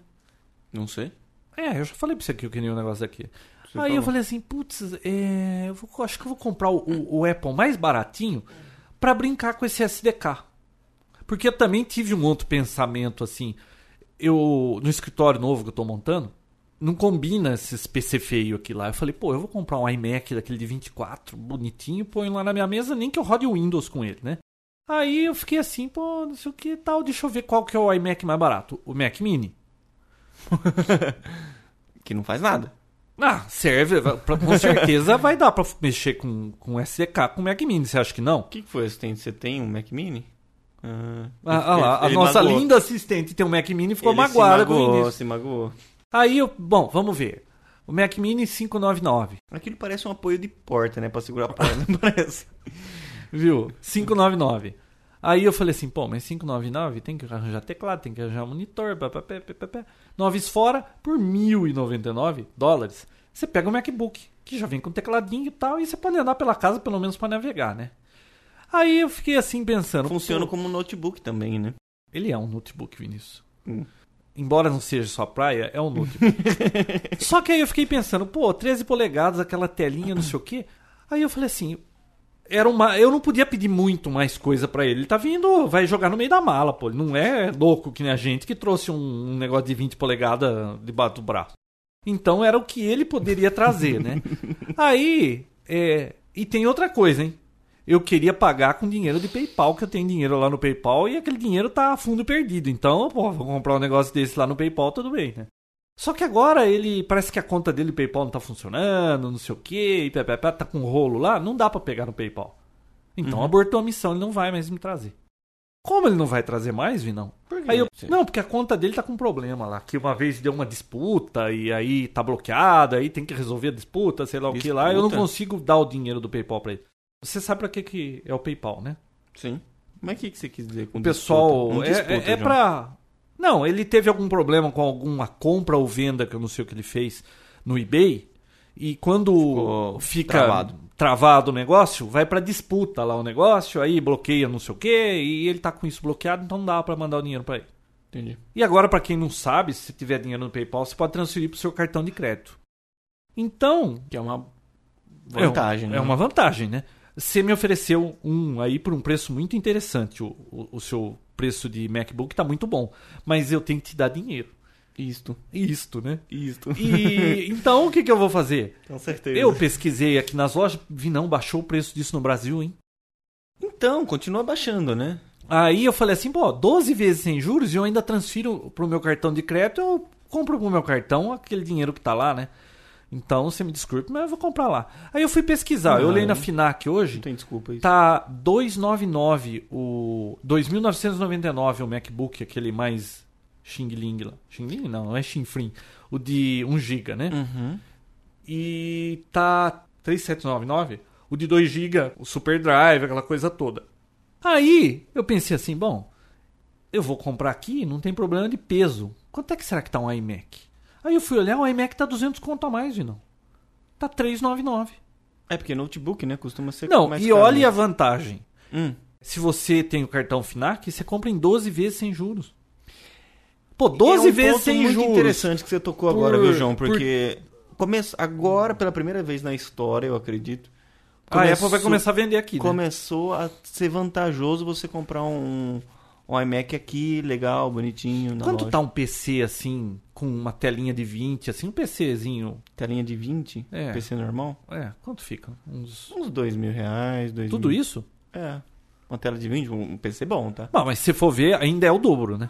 Speaker 2: Não sei.
Speaker 1: É, eu já falei pra você que eu queria um negócio daqui.
Speaker 2: Você
Speaker 1: Aí
Speaker 2: falou.
Speaker 1: eu falei assim, putz, é, eu vou- acho que eu vou comprar o, o- o Apple mais baratinho pra brincar com esse SDK. Porque eu também tive um outro pensamento assim. Eu, no escritório novo que eu tô montando, não combina esses PC feio aqui lá. Eu falei, pô, eu vou comprar um iMac daquele de 24, bonitinho, ponho lá na minha mesa, nem que eu rode o Windows com ele, né? Aí eu fiquei assim, pô, não sei o que tal, deixa eu ver qual que é o iMac mais barato. O Mac Mini.
Speaker 2: Que não faz nada.
Speaker 1: Ah, serve. vai- pra- Com certeza vai dar pra f- mexer com, com SDK, com Mac Mini. Você acha que não?
Speaker 2: O que, que foi? Você tem, você tem um Mac Mini? Ah,
Speaker 1: Ah,
Speaker 2: ele-
Speaker 1: ah lá, a
Speaker 2: ele- ele
Speaker 1: nossa
Speaker 2: magoou.
Speaker 1: linda assistente tem um Mac Mini e ficou
Speaker 2: Ele
Speaker 1: magoada
Speaker 2: se
Speaker 1: com o
Speaker 2: magoou,
Speaker 1: início.
Speaker 2: se magoou.
Speaker 1: Aí eu, bom, vamos ver. O Mac Mini 599,
Speaker 2: Aquilo parece um apoio de porta, né? Pra segurar a porta, não parece?
Speaker 1: viu? 599. Aí eu falei assim, pô, mas 599 tem que arranjar teclado, tem que arranjar monitor, papapé, papapé. Noves fora, por 1.099 dólares, você pega o MacBook, que já vem com tecladinho e tal, e você pode andar pela casa pelo menos pra navegar, né? Aí eu fiquei assim pensando.
Speaker 2: Funciona
Speaker 1: pô,
Speaker 2: como um notebook também, né?
Speaker 1: Ele é um notebook, Vinícius.
Speaker 2: Hum.
Speaker 1: Embora não seja só praia, é um notebook. só que aí eu fiquei pensando, pô, 13 polegadas, aquela telinha, não sei o quê. Aí eu falei assim, era uma, eu não podia pedir muito mais coisa pra ele. Ele tá vindo, vai jogar no meio da mala, pô. Ele não é louco que nem a gente que trouxe um, um negócio de 20 polegadas debaixo do braço. Então era o que ele poderia trazer, né? Aí, é, e tem outra coisa, hein? Eu queria pagar com dinheiro de PayPal, que eu tenho dinheiro lá no PayPal e aquele dinheiro tá a fundo perdido. Então, pô, vou comprar um negócio desse lá no PayPal, tudo bem, né? Só que agora ele parece que a conta dele do PayPal não tá funcionando, não sei o quê, e pé, pé, pé, tá com rolo lá, não dá pra pegar no PayPal. Então
Speaker 2: Uhum.
Speaker 1: abortou a missão, ele não vai mais me trazer. Como ele não vai trazer mais, Vinão?
Speaker 2: Por quê?
Speaker 1: Aí eu,
Speaker 2: Sim.
Speaker 1: não, porque a conta dele tá com um problema lá, que uma vez deu uma disputa e aí tá bloqueada, aí tem que resolver a disputa, sei lá o que lá, eu não
Speaker 2: Disputa?
Speaker 1: consigo dar o dinheiro do PayPal pra ele. Você sabe pra que, que é o PayPal, né?
Speaker 2: Sim. Mas o que, que você quis dizer com
Speaker 1: O pessoal
Speaker 2: disputa? Não
Speaker 1: é, é, é
Speaker 2: João.
Speaker 1: pra... Não, ele teve algum problema com alguma compra ou venda, que eu não sei o que ele fez, no eBay, e quando
Speaker 2: Ficou
Speaker 1: fica
Speaker 2: travado.
Speaker 1: travado o negócio, vai pra disputa lá o negócio, aí bloqueia não sei o que, e ele tá com isso bloqueado, então não dá pra mandar o dinheiro pra ele.
Speaker 2: Entendi.
Speaker 1: E agora, pra quem não sabe, se tiver dinheiro no PayPal, você pode transferir pro seu cartão de crédito. Então,
Speaker 2: Que é uma
Speaker 1: é um-
Speaker 2: vantagem,
Speaker 1: é,
Speaker 2: né?
Speaker 1: uma vantagem, né? Você me ofereceu um aí por um preço muito interessante. O, o, o seu preço de MacBook tá muito bom, mas eu tenho que te dar dinheiro.
Speaker 2: né? Isto.
Speaker 1: Isto, né?
Speaker 2: Isto.
Speaker 1: E então o que, que eu vou fazer?
Speaker 2: Com certeza.
Speaker 1: Eu pesquisei aqui nas lojas, vi não, baixou o preço disso no Brasil, hein?
Speaker 2: Então, continua baixando, né?
Speaker 1: Aí eu falei assim, pô, 12 vezes sem juros e eu ainda transfiro pro meu cartão de crédito, eu compro com o meu cartão aquele dinheiro que tá lá, né? Então, você me desculpe, mas eu vou comprar lá. Aí eu fui pesquisar, eu
Speaker 2: Não.
Speaker 1: olhei na Finac hoje,
Speaker 2: Não tem desculpa isso.
Speaker 1: tá 299 o 2999 o MacBook, aquele mais Xing Ling lá. Xing Ling não, não é Xing Frim, o de 1 GB, né?
Speaker 2: Uhum.
Speaker 1: E tá 3799, o de 2 GB, o Super Drive, aquela coisa toda. Aí eu pensei assim, bom, eu vou comprar aqui, não tem problema de peso. Quanto é que será que tá um iMac? Aí eu fui olhar, o iMac tá 200 conto a mais, não. Tá 399.
Speaker 2: É porque notebook, né? Costuma ser
Speaker 1: Não,
Speaker 2: mais
Speaker 1: e
Speaker 2: caro,
Speaker 1: olha
Speaker 2: né?
Speaker 1: a vantagem.
Speaker 2: Hum.
Speaker 1: Se você tem o cartão Finac, você compra em 12 vezes sem juros. Pô, 12
Speaker 2: é um
Speaker 1: vezes
Speaker 2: ponto
Speaker 1: sem
Speaker 2: muito
Speaker 1: juros.
Speaker 2: interessante que você tocou
Speaker 1: Por-
Speaker 2: agora, viu, João?
Speaker 1: por-
Speaker 2: Porque começa agora, pela primeira vez na história, eu acredito.
Speaker 1: Ah, A Apple vai
Speaker 2: começou-
Speaker 1: começar a vender aqui, né?
Speaker 2: Começou a ser vantajoso você comprar um, um iMac aqui, legal, bonitinho, na
Speaker 1: Quanto
Speaker 2: loja.
Speaker 1: tá um PC assim, com uma telinha de 20, assim, um PCzinho?
Speaker 2: Telinha de 20,
Speaker 1: É.
Speaker 2: PC normal.
Speaker 1: É, quanto fica? Uns...
Speaker 2: Uns dois mil reais, dois
Speaker 1: Tudo
Speaker 2: mil...
Speaker 1: isso?
Speaker 2: É. Uma tela de 20, um PC bom, tá?
Speaker 1: Bom, mas se for ver, ainda é o dobro, né?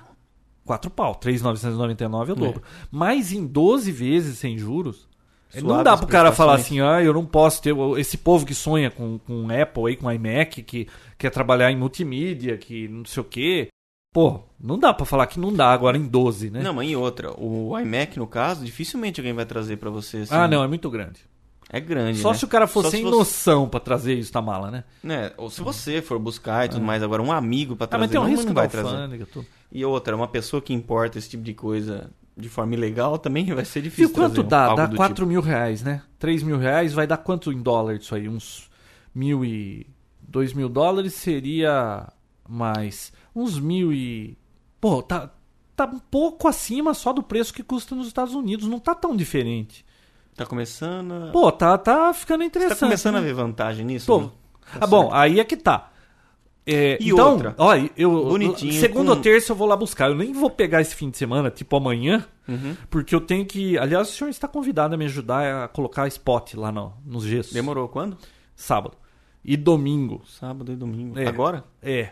Speaker 1: 4 pau, 3,999 é o dobro. Mas em 12 vezes sem juros, não
Speaker 2: É Suaves
Speaker 1: dá pro cara
Speaker 2: prestações.
Speaker 1: falar assim, ah, eu não posso ter. Esse povo que sonha com, com Apple aí, com iMac, que quer trabalhar em multimídia, que não sei o quê. Pô, não dá pra falar que não dá agora em 12, né?
Speaker 2: Não, mas e outra? O iMac, no caso, dificilmente alguém vai trazer pra você. assim.
Speaker 1: ah, não, é muito grande.
Speaker 2: É grande,
Speaker 1: Só
Speaker 2: né?
Speaker 1: se o cara fosse
Speaker 2: Só se
Speaker 1: sem
Speaker 2: você-
Speaker 1: noção pra trazer isso na mala, né?
Speaker 2: Né? Ou se você for buscar e tudo mais, agora um amigo pra
Speaker 1: É. Ah,
Speaker 2: trazer,
Speaker 1: mas tem um
Speaker 2: não,
Speaker 1: risco
Speaker 2: não
Speaker 1: da
Speaker 2: vai trazer.
Speaker 1: alfândega, tudo.
Speaker 2: E outra, uma pessoa que importa esse tipo de coisa de forma ilegal também vai ser
Speaker 1: E
Speaker 2: difícil
Speaker 1: o quanto
Speaker 2: trazer
Speaker 1: dá?
Speaker 2: algo
Speaker 1: Dá
Speaker 2: do tipo.
Speaker 1: 4 mil reais, né? 3 mil reais vai dar quanto em dólar isso aí? Uns mil e... 2 mil dólares seria mais uns mil e... Pô, tá, tá um pouco acima só do preço que custa nos Estados Unidos. Não tá tão diferente.
Speaker 2: tipo. Tá começando a...
Speaker 1: Pô, tá, tá ficando
Speaker 2: Você tá
Speaker 1: interessante.
Speaker 2: começando
Speaker 1: né?
Speaker 2: a ver vantagem nisso?
Speaker 1: Pô,
Speaker 2: né? Tá
Speaker 1: ah, bom,
Speaker 2: certo.
Speaker 1: aí é que tá. É,
Speaker 2: E
Speaker 1: então,
Speaker 2: outra.
Speaker 1: ó, eu
Speaker 2: Bonitinho,
Speaker 1: segunda
Speaker 2: com-
Speaker 1: ou terça eu vou lá buscar. Eu nem vou pegar esse fim de semana, tipo amanhã,
Speaker 2: Uhum.
Speaker 1: porque eu tenho que. Aliás, o senhor está convidado a me ajudar a colocar spot lá no, nos gestos.
Speaker 2: Demorou quando?
Speaker 1: Sábado. E domingo.
Speaker 2: Sábado e domingo.
Speaker 1: É.
Speaker 2: Agora? Hum.
Speaker 1: É.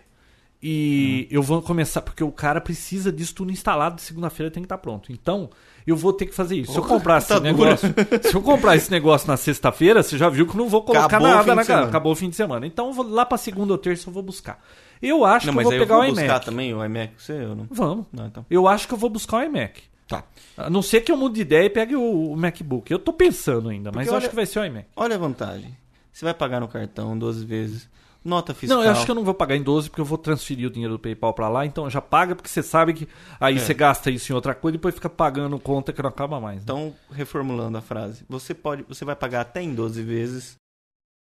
Speaker 1: E eu vou começar, porque o cara precisa disso tudo instalado, segunda-feira tem que estar pronto. Então, eu vou ter que fazer isso. Se eu
Speaker 2: Porra,
Speaker 1: comprar esse
Speaker 2: tá dura.
Speaker 1: negócio. se eu comprar esse negócio na sexta-feira, você já viu que eu não vou colocar
Speaker 2: Acabou o
Speaker 1: nada
Speaker 2: fim
Speaker 1: na
Speaker 2: de
Speaker 1: cara.
Speaker 2: semana.
Speaker 1: Acabou o fim de semana. Então, eu vou lá pra segunda ou terça eu vou buscar. Eu acho
Speaker 2: não,
Speaker 1: que eu
Speaker 2: mas
Speaker 1: vou
Speaker 2: aí
Speaker 1: pegar
Speaker 2: eu
Speaker 1: o
Speaker 2: vou
Speaker 1: iMac.
Speaker 2: buscar também o iMac. Você, eu não.
Speaker 1: Vamos.
Speaker 2: Não, então.
Speaker 1: Eu acho que eu vou buscar o iMac.
Speaker 2: Tá.
Speaker 1: A não ser que eu mude de ideia e pegue o, o MacBook. Eu tô pensando ainda, mas
Speaker 2: Porque
Speaker 1: eu acho
Speaker 2: olha-
Speaker 1: que vai ser o iMac.
Speaker 2: Olha a vantagem. Você vai pagar no cartão 12 vezes. Nota fiscal.
Speaker 1: Não, eu acho que eu não vou pagar em 12 porque eu vou transferir o dinheiro do PayPal pra lá, então já paga porque você sabe que aí
Speaker 2: É.
Speaker 1: você gasta isso em outra coisa e depois fica pagando conta que não acaba mais. né?
Speaker 2: Então, reformulando a frase. Você pode, você vai pagar até em 12 vezes.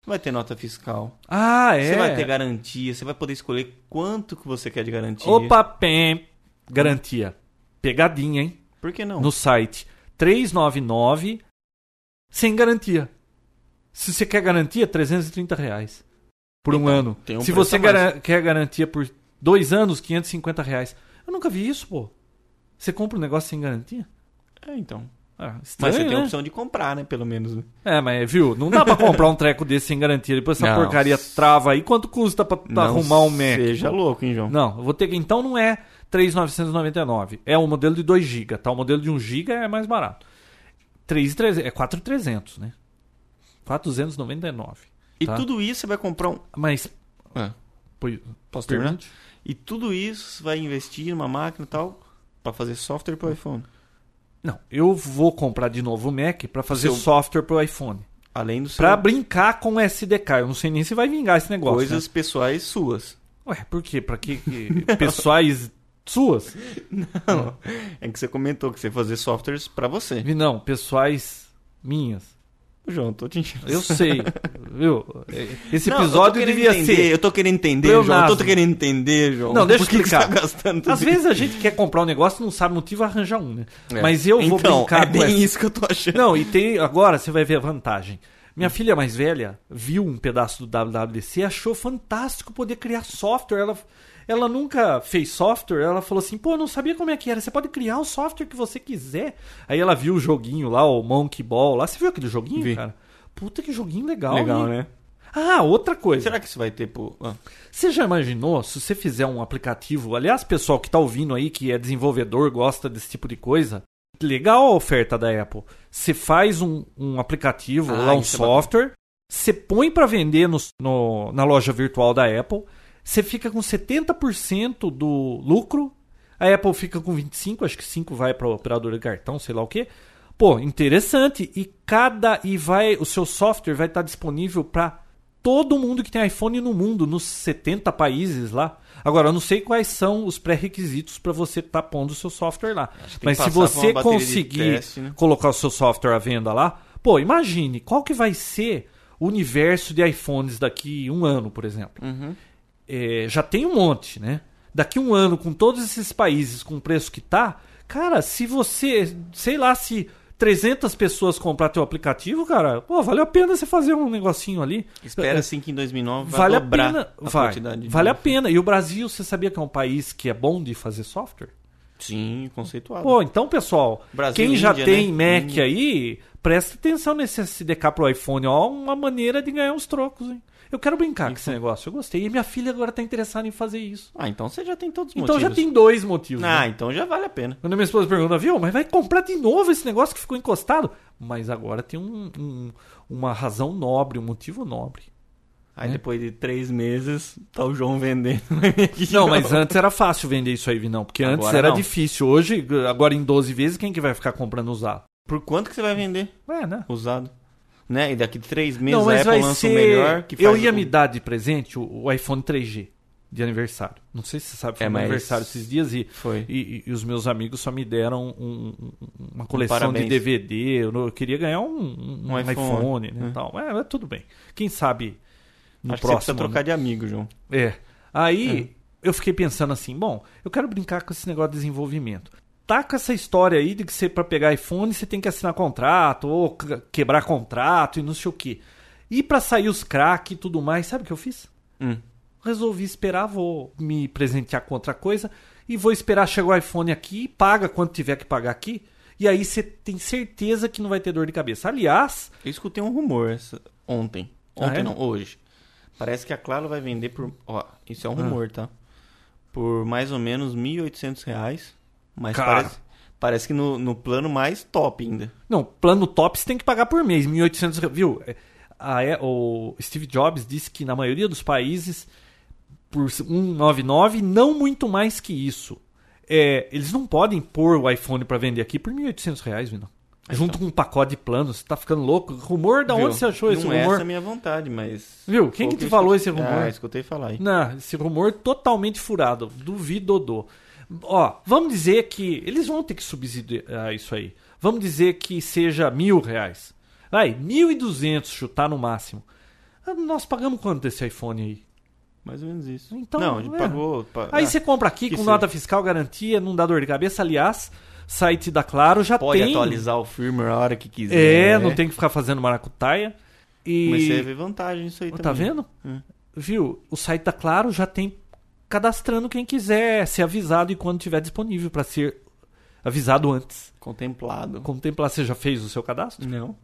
Speaker 2: Vai ter nota fiscal.
Speaker 1: ah, é.
Speaker 2: Você vai ter garantia. Você vai poder escolher quanto que você quer de garantia.
Speaker 1: Opa, pem. Garantia. Pegadinha, hein?
Speaker 2: Por que não?
Speaker 1: no site 399 sem garantia. Se você quer garantia, 330 reais por um ano.
Speaker 2: tem um
Speaker 1: Se
Speaker 2: preço
Speaker 1: você
Speaker 2: a mais.
Speaker 1: gara- quer garantia por dois anos, 550 reais. Eu nunca vi isso, pô. Você compra um negócio sem garantia?
Speaker 2: É, então.
Speaker 1: Ah,
Speaker 2: Mas
Speaker 1: estranho,
Speaker 2: você tem a
Speaker 1: né?
Speaker 2: opção de comprar, né? Pelo menos. né?
Speaker 1: É, mas viu, não dá pra comprar um treco desse sem garantia. Depois essa
Speaker 2: Não.
Speaker 1: porcaria trava aí. Quanto custa pra pra arrumar um Mac?
Speaker 2: Seja louco, hein, João?
Speaker 1: Não, eu vou ter que. Então não é 3,999. É um modelo de 2 GB, tá? O modelo de 1 GB é mais barato. 3,300, é 4,300, né? 499.
Speaker 2: E
Speaker 1: tá?
Speaker 2: tudo isso você vai comprar um.
Speaker 1: Mas.
Speaker 2: Ah,
Speaker 1: Pois,
Speaker 2: posso terminar?
Speaker 1: pergunte.
Speaker 2: E tudo isso você vai investir numa máquina e tal. Pra fazer software pro iPhone.
Speaker 1: Não, eu vou comprar de novo o Mac pra fazer
Speaker 2: Seu-
Speaker 1: software pro iPhone.
Speaker 2: Além do seu.
Speaker 1: Pra brincar com o SDK. Eu não sei nem se vai vingar esse negócio.
Speaker 2: coisas pessoais suas.
Speaker 1: né? Ué, por quê? Pra que. que- pessoais suas? Hum.
Speaker 2: É que você comentou que você ia fazer softwares pra você.
Speaker 1: Vi, Não, pessoais minhas.
Speaker 2: João, tô te enchendo.
Speaker 1: Eu sei. viu? Esse
Speaker 2: Não, eu tô
Speaker 1: episódio
Speaker 2: querendo
Speaker 1: devia
Speaker 2: entender,
Speaker 1: ser.
Speaker 2: Eu tô querendo entender, João. Eu
Speaker 1: Leonardo.
Speaker 2: tô querendo entender, João.
Speaker 1: Não, deixa eu
Speaker 2: Por que que
Speaker 1: explicar.
Speaker 2: você tá gastando tudo
Speaker 1: Às vezes a gente quer comprar um negócio e não sabe motivo arranjar um, né?
Speaker 2: isso? É.
Speaker 1: Mas eu vou
Speaker 2: então,
Speaker 1: brincar
Speaker 2: é
Speaker 1: com
Speaker 2: bem
Speaker 1: essa.
Speaker 2: isso que eu tô achando.
Speaker 1: Não, e tem agora você vai ver a vantagem. Minha filha mais velha viu um pedaço do WWDC, e achou fantástico poder criar software. Ela, ela nunca fez software, ela falou assim: pô, eu não sabia como é que era. Você pode criar o software que você quiser. Aí ela viu o joguinho lá, o Monkey Ball lá. Você viu aquele joguinho,
Speaker 2: Vi.
Speaker 1: cara? Puta que joguinho legal.
Speaker 2: Legal, né?
Speaker 1: Ah, outra coisa.
Speaker 2: Será que isso vai ter pro... ah,
Speaker 1: Você já imaginou se você fizer um aplicativo? Aliás, pessoal que tá ouvindo aí, que é desenvolvedor, gosta desse tipo de coisa, legal a oferta da Apple. Você faz um, um aplicativo,
Speaker 2: Ah,
Speaker 1: lá um
Speaker 2: isso é bacana.
Speaker 1: software, você põe para vender no- no- na loja virtual da Apple, você fica com 70% do lucro, a Apple fica com 25%, acho que 5% vai para operadora de cartão, sei lá o quê. Pô, interessante. E cada e vai o seu software vai estar disponível para todo mundo que tem iPhone no mundo, nos 70 países lá. Agora, eu não sei quais são os pré-requisitos para você estar pondo o seu software lá.
Speaker 2: Acho que tem que
Speaker 1: Mas se
Speaker 2: passar por uma
Speaker 1: você
Speaker 2: bateria de
Speaker 1: conseguir
Speaker 2: teste, né?
Speaker 1: colocar o seu software à venda lá, pô, imagine qual que vai ser o universo de iPhones daqui um ano, por exemplo.
Speaker 2: Uhum.
Speaker 1: É, já tem um monte, né? Daqui um ano, com todos esses países, com o preço que tá, cara, se você, sei lá, se 300 pessoas comprar teu aplicativo, cara, pô, valeu a pena você fazer um negocinho ali. Eh,
Speaker 2: Espera assim que em 2009 vai
Speaker 1: É, Vale a
Speaker 2: dobrar
Speaker 1: pena,
Speaker 2: a
Speaker 1: vai.
Speaker 2: quantidade. de-
Speaker 1: vale a pena. E o Brasil, você sabia que é um país que é bom de fazer software?
Speaker 2: Sim, conceituado.
Speaker 1: Pô, então, pessoal,
Speaker 2: Brasil,
Speaker 1: quem já
Speaker 2: Índia,
Speaker 1: tem
Speaker 2: né?
Speaker 1: Mac
Speaker 2: Índia.
Speaker 1: aí, presta atenção nesse SDK pro iPhone. Ó, uma maneira de ganhar uns trocos, hein? Eu quero brincar com esse negócio, eu gostei. E minha filha agora tá interessada em fazer isso.
Speaker 2: Ah, então você já tem todos os
Speaker 1: Então já
Speaker 2: motivos.
Speaker 1: tem dois motivos.
Speaker 2: Ah,
Speaker 1: né?
Speaker 2: então já vale a pena.
Speaker 1: Quando minha esposa pergunta, viu, mas vai comprar de novo esse negócio que ficou encostado? Mas agora tem um- um- uma razão nobre, um motivo nobre.
Speaker 2: Aí
Speaker 1: É.
Speaker 2: depois de três meses, tá o João vendendo.
Speaker 1: Não, mas antes era fácil vender isso aí, Vinão. Porque antes
Speaker 2: Agora
Speaker 1: era
Speaker 2: não.
Speaker 1: difícil. Hoje, agora em 12 vezes, quem que vai ficar comprando usado?
Speaker 2: Por quanto que você vai vender
Speaker 1: É, né?
Speaker 2: usado? Né? E daqui três meses
Speaker 1: não,
Speaker 2: a
Speaker 1: mas
Speaker 2: Apple
Speaker 1: vai
Speaker 2: lança
Speaker 1: ser...
Speaker 2: o melhor. Que
Speaker 1: Eu
Speaker 2: faz
Speaker 1: ia
Speaker 2: o-
Speaker 1: me dar de presente o, o iPhone 3G de aniversário. Não sei se você sabe, foi
Speaker 2: É,
Speaker 1: meu
Speaker 2: mas-
Speaker 1: aniversário esses dias e...
Speaker 2: Foi.
Speaker 1: E, e- e os meus amigos só me deram um- um- uma coleção de
Speaker 2: parabéns.
Speaker 1: DVD. Eu, não- eu queria ganhar um, um-
Speaker 2: Um
Speaker 1: um
Speaker 2: iPhone,
Speaker 1: iPhone, né,
Speaker 2: né?
Speaker 1: e tal. É, mas tudo bem. Quem sabe no
Speaker 2: Acho que você precisa
Speaker 1: próximo. né?
Speaker 2: trocar de amigo, João.
Speaker 1: É. Aí eu fiquei pensando assim, bom, eu quero brincar com esse negócio de desenvolvimento. Tá com essa história aí de que você para pegar iPhone você tem que assinar contrato ou c- quebrar contrato e não sei o quê. E pra sair os crack e tudo mais, sabe o que eu fiz?
Speaker 2: Hum.
Speaker 1: Resolvi esperar, vou me presentear com outra coisa e vou esperar chegar o iPhone aqui, paga quando tiver que pagar aqui. E aí você tem certeza que não vai ter dor de cabeça. Aliás,
Speaker 2: Eu escutei um rumor essa- ontem.
Speaker 1: Ah,
Speaker 2: Ontem
Speaker 1: é?
Speaker 2: não, hoje. Parece que a Claro vai vender por. Ó, isso é
Speaker 1: Ah.
Speaker 2: um rumor, tá? Por mais ou menos 1.800 reais. Mas
Speaker 1: Cara.
Speaker 2: parece, parece que no, no plano mais top ainda.
Speaker 1: Não, plano top você tem que pagar por mês, 1.800, re- viu? É, a- é, o Steve Jobs disse que na maioria dos países por 199, não muito mais que isso. É, eles não podem pôr o iPhone pra vender aqui por 1.800 reais, Vinão. Junto com um pacote de planos, você tá ficando louco? Rumor, da
Speaker 2: tá. Viu?
Speaker 1: onde você achou esse
Speaker 2: Não é
Speaker 1: rumor?
Speaker 2: essa a minha vontade, mas...
Speaker 1: Viu? Quem
Speaker 2: Foi
Speaker 1: que
Speaker 2: o
Speaker 1: te
Speaker 2: eu
Speaker 1: falou
Speaker 2: escutei-
Speaker 1: esse rumor?
Speaker 2: Ah, escutei falar aí.
Speaker 1: Não, esse rumor totalmente furado. Duvido, Dodô. Ó, vamos dizer que eles vão ter que subsidiar isso aí. Vamos dizer que seja mil reais. Vai, mil e duzentos chutar no máximo. Ah, Nós pagamos quanto desse iPhone aí?
Speaker 2: Mais ou menos isso.
Speaker 1: Então,
Speaker 2: não, ele
Speaker 1: é.
Speaker 2: pagou... pa-
Speaker 1: Aí
Speaker 2: ah,
Speaker 1: você compra aqui
Speaker 2: que
Speaker 1: com
Speaker 2: seja.
Speaker 1: nota fiscal, garantia, não dá dor de cabeça. Aliás, site da Claro já
Speaker 2: Pode
Speaker 1: tem.
Speaker 2: atualizar né? o firmware a hora que quiser.
Speaker 1: tá É, não tem que ficar fazendo maracutaia. E...
Speaker 2: Comecei a ver vantagem nisso aí
Speaker 1: Ó,
Speaker 2: também.
Speaker 1: Tá vendo?
Speaker 2: Hum.
Speaker 1: Viu? O site da Claro já tem cadastrando quem quiser ser avisado e quando tiver disponível pra ser avisado antes.
Speaker 2: Contemplado.
Speaker 1: Contemplar, você já fez o seu cadastro?
Speaker 2: Não.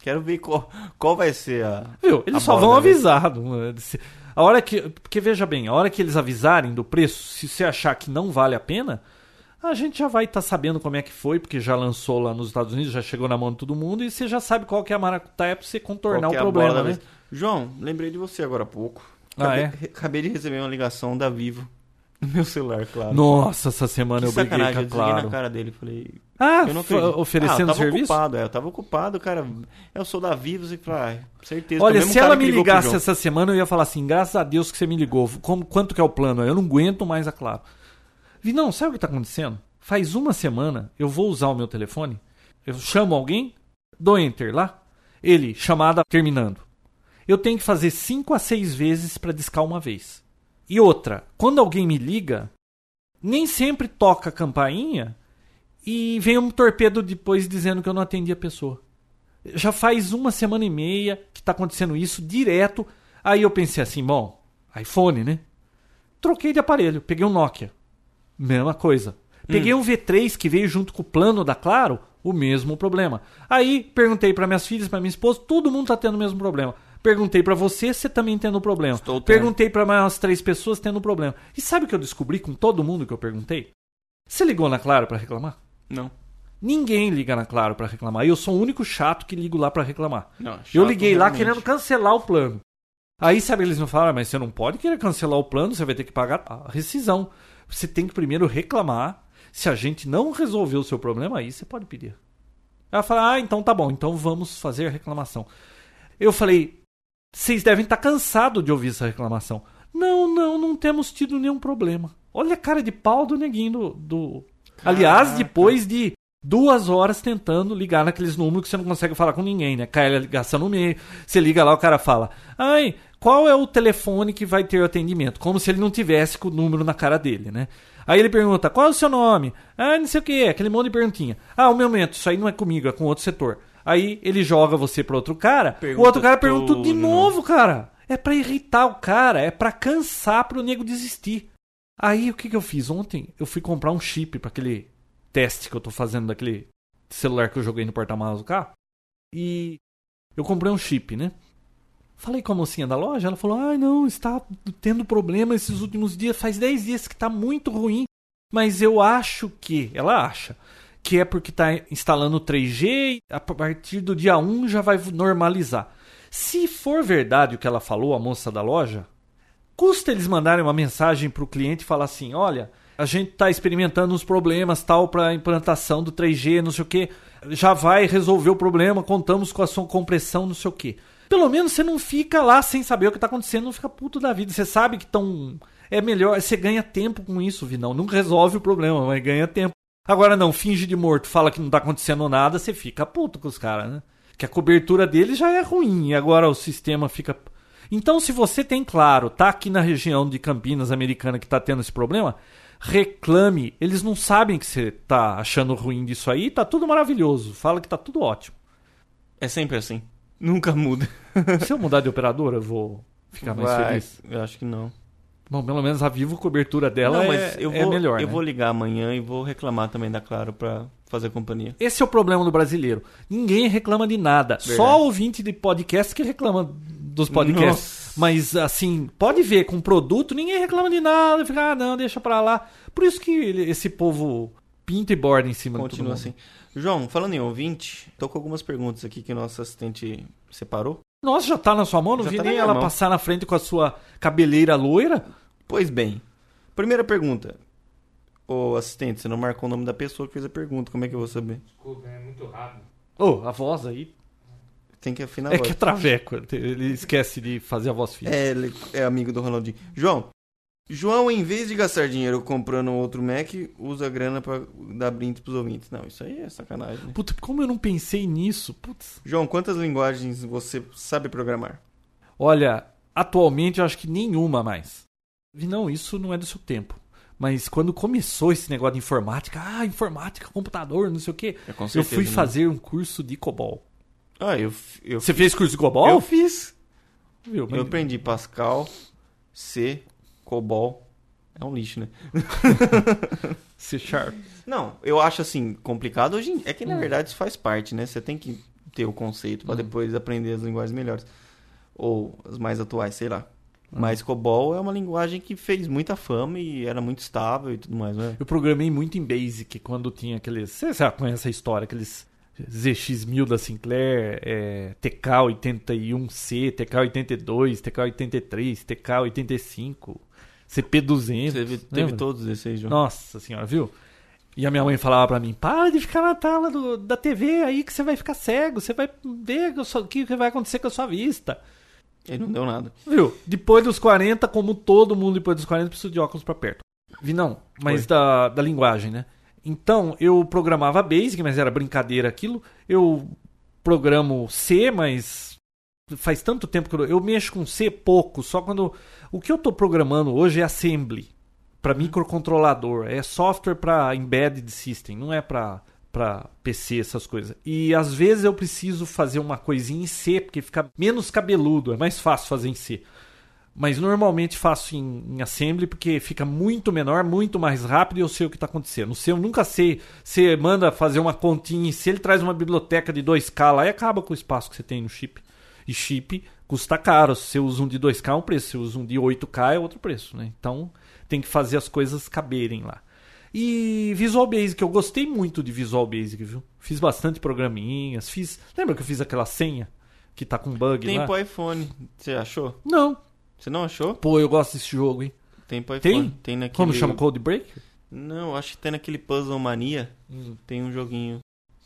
Speaker 2: Quero ver qual, qual vai ser a...
Speaker 1: Viu? Eles
Speaker 2: A
Speaker 1: só
Speaker 2: borda,
Speaker 1: vão
Speaker 2: né?
Speaker 1: avisado. Se- A hora que. Porque veja bem, a hora que eles avisarem do preço, se você achar que não vale a pena, a gente já vai estar sabendo como é que foi, porque já lançou lá nos Estados Unidos, já chegou na mão de todo mundo, e você já sabe qual que é a maracutaia pra você contornar
Speaker 2: qual que é
Speaker 1: o
Speaker 2: a
Speaker 1: problema,
Speaker 2: bola da
Speaker 1: né?
Speaker 2: vez. João, lembrei de você agora há pouco.
Speaker 1: Ah,
Speaker 2: Acabei-
Speaker 1: é?
Speaker 2: re- Acabei de receber uma ligação da Vivo. No meu celular, claro.
Speaker 1: Nossa, essa semana
Speaker 2: que
Speaker 1: eu briguei com
Speaker 2: sacanagem,
Speaker 1: a
Speaker 2: eu desliguei
Speaker 1: Claro.
Speaker 2: na cara dele. Falei,
Speaker 1: Ah,
Speaker 2: eu não
Speaker 1: fa-
Speaker 2: acredito. ah, eu
Speaker 1: oferecendo
Speaker 2: tava
Speaker 1: serviço?
Speaker 2: ocupado, é, eu tava ocupado, cara. Eu sou da Vivo, você fala, ah, certeza. que é
Speaker 1: Olha,
Speaker 2: o mesmo
Speaker 1: se
Speaker 2: cara
Speaker 1: ela
Speaker 2: que
Speaker 1: me
Speaker 2: ligou pro
Speaker 1: ligasse
Speaker 2: João.
Speaker 1: essa semana, eu ia falar assim: graças a Deus que você me ligou. Como- quanto que é o plano? Eu não aguento mais a Claro. Vi, não, sabe o que tá acontecendo? Faz uma semana eu vou usar o meu telefone, eu chamo alguém, dou enter lá, ele, chamada terminando. Eu tenho que fazer cinco a seis vezes pra discar uma vez. E outra, quando alguém me liga, nem sempre toca a campainha e vem um torpedo depois dizendo que eu não atendi a pessoa. Já faz uma semana e meia que tá acontecendo isso direto. Aí eu pensei assim, bom, iPhone, né? Troquei de aparelho, peguei um Nokia. Mesma coisa. Peguei
Speaker 2: Hum.
Speaker 1: um V3 que veio junto com o plano da Claro, o mesmo problema. Aí perguntei para minhas filhas, para minha esposa, todo mundo tá tendo o mesmo problema. Perguntei para você, você também tá tendo problema.
Speaker 2: Estou tendo.
Speaker 1: Perguntei para mais umas três pessoas tendo problema. E sabe o que eu descobri com todo mundo que eu perguntei? Você ligou na Claro para reclamar?
Speaker 2: Não,
Speaker 1: Ninguém liga na Claro pra reclamar. E eu sou o único chato que ligo lá pra reclamar.
Speaker 2: não.
Speaker 1: eu
Speaker 2: chato,
Speaker 1: liguei lá
Speaker 2: realmente.
Speaker 1: querendo cancelar o plano. Aí, sabe, eles me falaram, "Ah, mas você não pode querer cancelar o plano, você vai ter que pagar a rescisão. Você tem que primeiro reclamar. Se a gente não resolver o seu problema, aí você pode pedir. Ela fala, ah, então tá bom, então vamos fazer a reclamação. Eu falei, vocês devem estar cansados de ouvir essa reclamação. Não, não, não temos tido nenhum problema. Olha a cara de pau do neguinho do. do- Aliás, depois de duas horas tentando ligar naqueles números que você não consegue falar com ninguém, né? Cai a ligação no meio. Você liga lá, o cara fala: Ai, qual é o telefone que vai ter o atendimento? Como se ele não tivesse com o número na cara dele, né? Aí ele pergunta: Qual é o seu nome? Ah, não sei o que, aquele monte de perguntinha. Ah, o meu momento, isso aí não é comigo, é com outro setor. Aí ele joga você pro outro cara, o
Speaker 2: Pergunta
Speaker 1: outro cara pergunta tudo de
Speaker 2: tudo,
Speaker 1: novo
Speaker 2: né?
Speaker 1: novo, cara. É pra irritar o cara, é pra cansar pro nego desistir. Aí o que, que eu fiz ontem? Eu fui comprar um chip pra aquele teste que eu tô fazendo daquele celular que eu joguei no porta-malas do carro. E eu comprei um chip, né? Falei com a mocinha da loja, ela falou: "Ai, não, está tendo problema esses últimos dias, faz 10 dias que tá muito ruim, mas eu acho que, ela acha que é porque tá instalando 3G e a partir do dia 1 já vai normalizar. Se for verdade o que ela falou, a moça da loja, custa eles mandarem uma mensagem para o cliente e falar assim: olha, a gente está experimentando uns problemas tal para implantação do 3G, não sei o quê, já vai resolver o problema, contamos com a sua compressão, não sei o quê. Pelo menos você não fica lá sem saber o que está acontecendo, não fica puto da vida. Você sabe que estão. É melhor, você ganha tempo com isso, Vinão. Não resolve o problema, mas ganha tempo. Agora não, finge de morto, fala que não tá acontecendo nada, você fica puto com os caras, né? Que a cobertura dele já é ruim, e agora o sistema fica. Então, se você tem claro, tá aqui na região de Campinas Americana que tá tendo esse problema, reclame. Eles não sabem que você tá achando ruim disso aí, tá tudo maravilhoso. Fala que tá tudo ótimo.
Speaker 2: É sempre assim. Nunca muda.
Speaker 1: Se eu mudar de operadora, eu vou ficar mais
Speaker 2: Vai,
Speaker 1: feliz.
Speaker 2: Eu acho que não.
Speaker 1: Bom, pelo menos a vivo cobertura dela
Speaker 2: não,
Speaker 1: é,
Speaker 2: mas eu
Speaker 1: é
Speaker 2: vou,
Speaker 1: melhor.
Speaker 2: Eu
Speaker 1: né?
Speaker 2: vou ligar amanhã e vou reclamar também da Claro pra fazer companhia.
Speaker 1: Esse é o problema do brasileiro. Ninguém reclama de nada. Só ouvinte de podcast que reclama dos podcasts.
Speaker 2: Nossa.
Speaker 1: Mas, assim, pode ver, com produto, ninguém reclama de nada. Fica, ah, não, deixa pra lá. Por isso que ele- esse povo pinta e borda em cima
Speaker 2: Continua
Speaker 1: de todo mundo.
Speaker 2: assim. João, falando em ouvinte, tô com algumas perguntas aqui que nosso assistente separou.
Speaker 1: Nossa, já tá na sua mão? Não
Speaker 2: Já
Speaker 1: vi
Speaker 2: tá na
Speaker 1: nem
Speaker 2: minha
Speaker 1: ela
Speaker 2: mão.
Speaker 1: passar na frente com a sua cabeleira loira.
Speaker 2: Pois bem. Primeira pergunta. Ô, assistente, você não marcou o nome da pessoa que fez a pergunta. Como é que eu vou saber?
Speaker 3: Desculpa, é muito rápido.
Speaker 1: Ô, a voz aí.
Speaker 2: Tem que afinar a
Speaker 1: É
Speaker 2: voz.
Speaker 1: que é traveco. ele te- Ele esquece de fazer a voz fina.
Speaker 2: É, ele é amigo do Ronaldinho. João. João, em vez de gastar dinheiro comprando outro Mac, usa a grana pra dar brinde pros ouvintes. Não, isso aí é sacanagem. Né?
Speaker 1: Puta, como eu não pensei nisso? Putz.
Speaker 2: João, quantas linguagens você sabe programar?
Speaker 1: Olha, atualmente eu acho que nenhuma mais. E não, isso não é do seu tempo. Mas quando começou esse negócio de informática, ah, informática, computador, não sei o quê,
Speaker 2: É, com
Speaker 1: eu fui fazer um curso de COBOL.
Speaker 2: Ah, eu, f- eu,
Speaker 1: Você fez curso de COBOL?
Speaker 2: eu fiz.
Speaker 1: Viu, mas-
Speaker 2: Eu aprendi Pascal, C, COBOL. É um lixo, né?
Speaker 1: C é Sharp.
Speaker 2: Não, eu acho assim, complicado hoje. em- É que na
Speaker 1: Hum.
Speaker 2: verdade isso faz parte, né? Você tem que ter o conceito pra
Speaker 1: Hum.
Speaker 2: depois aprender as linguagens melhores. Ou as mais atuais, sei lá. Mas COBOL é uma linguagem que fez muita fama e era muito estável e tudo mais, né?
Speaker 1: Eu programei muito em Basic quando tinha aqueles. Você já conhece a história, aqueles ZX1000 da Sinclair, é, TK81C, TK82, TK83, TK85, CP200.
Speaker 2: Você teve, teve
Speaker 1: lembra?
Speaker 2: todos esses, João.
Speaker 1: Nossa senhora, viu? E a minha mãe falava pra mim: para de ficar na tela do- da TV aí que você vai ficar cego, você vai ver o seu- o que que vai acontecer com a sua vista.
Speaker 2: Ele não deu nada.
Speaker 1: Viu? Depois dos 40, como todo mundo depois dos 40, precisa de óculos pra perto. Vi não, mas da, da linguagem, né? Então, eu programava Basic, mas era brincadeira aquilo. Eu programo C, mas faz tanto tempo que eu, eu mexo com C pouco, só quando o que eu tô programando hoje é assembly pra microcontrolador, é software pra embedded system, não é pra para PC essas coisas. E às vezes eu preciso fazer uma coisinha em C, porque fica menos cabeludo, é mais fácil fazer em C. Mas normalmente faço em, em assembly porque fica muito menor, muito mais rápido e eu sei o que está acontecendo. No C eu nunca sei. Você manda fazer uma continha, se ele traz uma biblioteca de 2K lá e acaba com o espaço que você tem no chip. E chip custa caro. Se você usa um de 2K é um preço, se você usa um de 8K é outro preço. Né? Então tem que fazer as coisas caberem lá. E Visual Basic, eu gostei muito de Visual Basic, viu? Fiz bastante programinhas, fiz. Lembra que eu fiz aquela senha que tá com bug
Speaker 2: Tem é-
Speaker 1: lá?
Speaker 2: pro iPhone. Você achou?
Speaker 1: Não.
Speaker 2: Você não achou?
Speaker 1: Pô, eu gosto desse jogo, hein?
Speaker 2: Tem pro
Speaker 1: Tem?
Speaker 2: iPhone. Tem naquele...
Speaker 1: Como chama Code Break?
Speaker 2: Não, acho que tem naquele Puzzle Mania. Tem um joguinho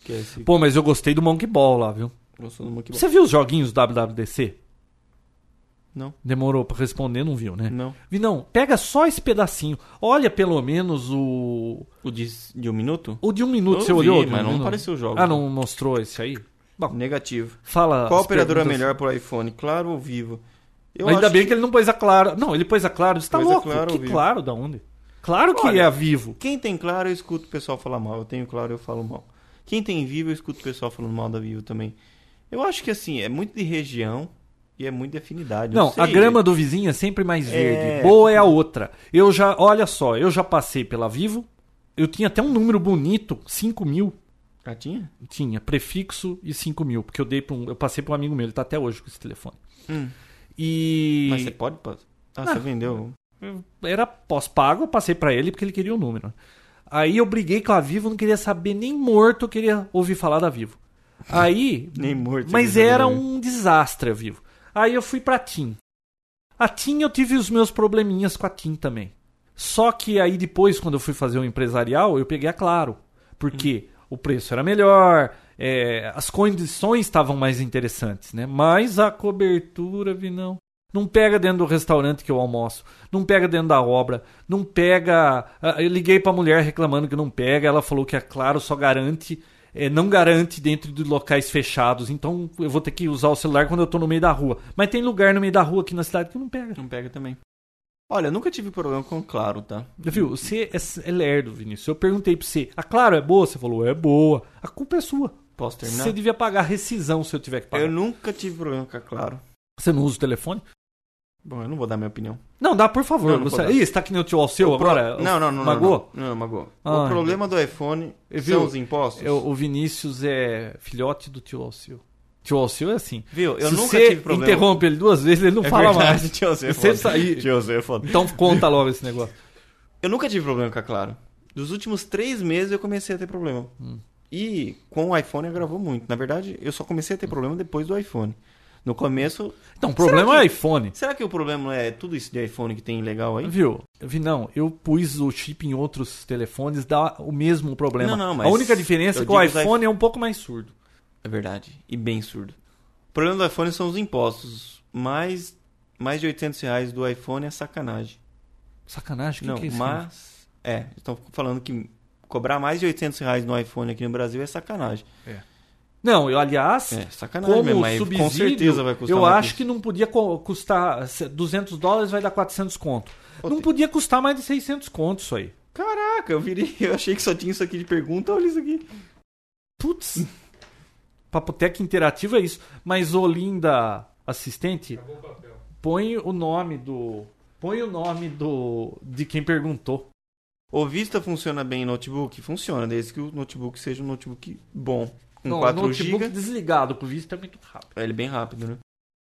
Speaker 2: que é esse.
Speaker 1: Pô, mas eu gostei do Monkey Ball lá, viu?
Speaker 2: Gostou do Monkey Ball?
Speaker 1: Você viu os joguinhos WWDC?
Speaker 2: Não.
Speaker 1: Demorou pra responder, não viu, né?
Speaker 2: Não.
Speaker 1: Vi, não. Pega só esse pedacinho. Olha pelo menos o.
Speaker 2: O de, de um minuto?
Speaker 1: O de um minuto,
Speaker 2: Eu
Speaker 1: você
Speaker 2: vi,
Speaker 1: olhou? o de um
Speaker 2: mas não
Speaker 1: minuto?
Speaker 2: apareceu o jogo.
Speaker 1: Ah, não mostrou esse aí? Bom,
Speaker 2: Negativo.
Speaker 1: fala.
Speaker 2: Qual
Speaker 1: as
Speaker 2: operadora é
Speaker 1: perguntas.
Speaker 2: melhor pro iPhone? Claro ou Vivo? Eu
Speaker 1: Ainda
Speaker 2: acho
Speaker 1: bem que... ele não pôs a Claro. Não, ele pôs a Claro. Você tá
Speaker 2: Pôs a
Speaker 1: louco?
Speaker 2: Claro
Speaker 1: que
Speaker 2: ao vivo.
Speaker 1: claro da onde? Claro que
Speaker 2: Olha,
Speaker 1: é a vivo.
Speaker 2: Quem tem claro, eu escuto o pessoal falar mal. Eu tenho claro, eu falo mal. Quem tem vivo, eu escuto o pessoal falando mal da vivo também. Eu acho que assim, é muito de região e é muito de afinidade. eu
Speaker 1: Não,
Speaker 2: sei.
Speaker 1: a grama do vizinho é sempre mais verde.
Speaker 2: É.
Speaker 1: Boa é a outra. Eu já, olha só, eu já passei pela Vivo. Eu tinha até um número bonito, 5 mil.
Speaker 2: Ah, tinha?
Speaker 1: Tinha prefixo e 5 mil. Porque eu dei pra um, eu passei pra um amigo meu, ele tá até hoje com esse telefone.
Speaker 2: Hum.
Speaker 1: E
Speaker 2: Mas você pode passar. Ah, você vendeu.
Speaker 1: era pós-pago, eu passei pra ele porque ele queria o número. Aí eu briguei com a Vivo, não queria saber nem morto, eu queria ouvir falar da Vivo. Aí,
Speaker 2: Nem morto. você
Speaker 1: Mas
Speaker 2: vendeu,
Speaker 1: era
Speaker 2: né?
Speaker 1: um desastre a Vivo. Aí eu fui pra TIM. A TIM eu tive os meus probleminhas com a TIM também. Só que aí depois, quando eu fui fazer o empresarial, eu peguei a Claro. Porque o preço era melhor, é, as condições estavam mais interessantes, né? Mas a cobertura, vi não. Não pega dentro do restaurante que eu almoço, não pega dentro da obra, não pega. ah, Eu liguei pra mulher reclamando que não pega, ela falou que a Claro só garante, eh, não garante dentro de locais fechados, então eu vou ter que usar o celular quando eu tô no meio da rua. Mas tem lugar no meio da rua aqui na cidade que não pega.
Speaker 2: Não pega também. Olha, eu nunca tive problema com claro, tá?
Speaker 1: Viu? Você é, é lerdo, Vinícius. Eu perguntei pra você, a Claro é boa? Você falou, é boa. A culpa é sua.
Speaker 2: Posso terminar?
Speaker 1: Você devia pagar a rescisão se eu tiver que pagar.
Speaker 2: Eu nunca tive problema com a claro.
Speaker 1: Você não usa o telefone?
Speaker 2: Bom, eu não vou dar minha opinião.
Speaker 1: Não, dá, por favor.
Speaker 2: Não, não vou
Speaker 1: Gustavo.
Speaker 2: dar.
Speaker 1: Ih, você tá que nem o tio Alceu agora?
Speaker 2: Não, não, não.
Speaker 1: Magoou?
Speaker 2: Não, não, não magoou.
Speaker 1: Ai.
Speaker 2: o problema do iPhone
Speaker 1: Viu?
Speaker 2: são os impostos.
Speaker 1: Eu- o Vinícius é filhote do tio Alceu. Tio Alceu é assim.
Speaker 2: Viu? Eu
Speaker 1: Se
Speaker 2: nunca
Speaker 1: você
Speaker 2: tive problema.
Speaker 1: interrompe ele duas vezes, ele não
Speaker 2: É
Speaker 1: fala
Speaker 2: verdade,
Speaker 1: mais.
Speaker 2: Tio Zé é
Speaker 1: Você
Speaker 2: foda.
Speaker 1: sai-
Speaker 2: Tio Zé é foda.
Speaker 1: Então conta logo esse negócio.
Speaker 2: Eu nunca tive problema com a Claro. Dos últimos três meses eu comecei a ter problema.
Speaker 1: Hum.
Speaker 2: E com o iPhone agravou muito. Na verdade, eu só comecei a ter problema depois do iPhone. No começo.
Speaker 1: Então, o problema
Speaker 2: Será
Speaker 1: é
Speaker 2: que-
Speaker 1: iPhone.
Speaker 2: Será que o problema não é tudo isso de iPhone que tem legal aí?
Speaker 1: Viu? Vi, não, eu pus o chip em outros telefones, dá o mesmo problema.
Speaker 2: Não, não,
Speaker 1: a
Speaker 2: mas
Speaker 1: única diferença é
Speaker 2: eu
Speaker 1: que o
Speaker 2: digo os
Speaker 1: iPhone é um pouco mais surdo.
Speaker 2: É verdade. E bem surdo. O problema do iPhone são os impostos. Mais, mais de 800 reais do iPhone é sacanagem.
Speaker 1: Sacanagem, que
Speaker 2: não,
Speaker 1: que é isso?
Speaker 2: mas. É, estão falando que cobrar mais de 800 reais no iPhone aqui no Brasil é sacanagem.
Speaker 1: Não, eu, aliás,
Speaker 2: É, sacanagem
Speaker 1: como
Speaker 2: mesmo, mas
Speaker 1: subsídio,
Speaker 2: com certeza vai custar
Speaker 1: eu
Speaker 2: mais
Speaker 1: acho que não podia co- custar se- 200 dólares, vai dar 400 conto.
Speaker 2: Ô,
Speaker 1: não
Speaker 2: tem-
Speaker 1: podia custar mais de 600 conto isso aí.
Speaker 2: Caraca, eu virei, eu achei que só tinha isso aqui de pergunta, olha isso aqui.
Speaker 1: Putz. Papoteca interativo é isso. Mas, ô linda assistente, põe o nome do... Põe o nome do de quem perguntou.
Speaker 2: O Vista funciona bem em notebook? Funciona, desde que o notebook seja um notebook bom. Com
Speaker 1: Não,
Speaker 2: 4
Speaker 1: notebook
Speaker 2: GB,
Speaker 1: desligado, porque o visto é muito rápido.
Speaker 2: ele é bem rápido, né?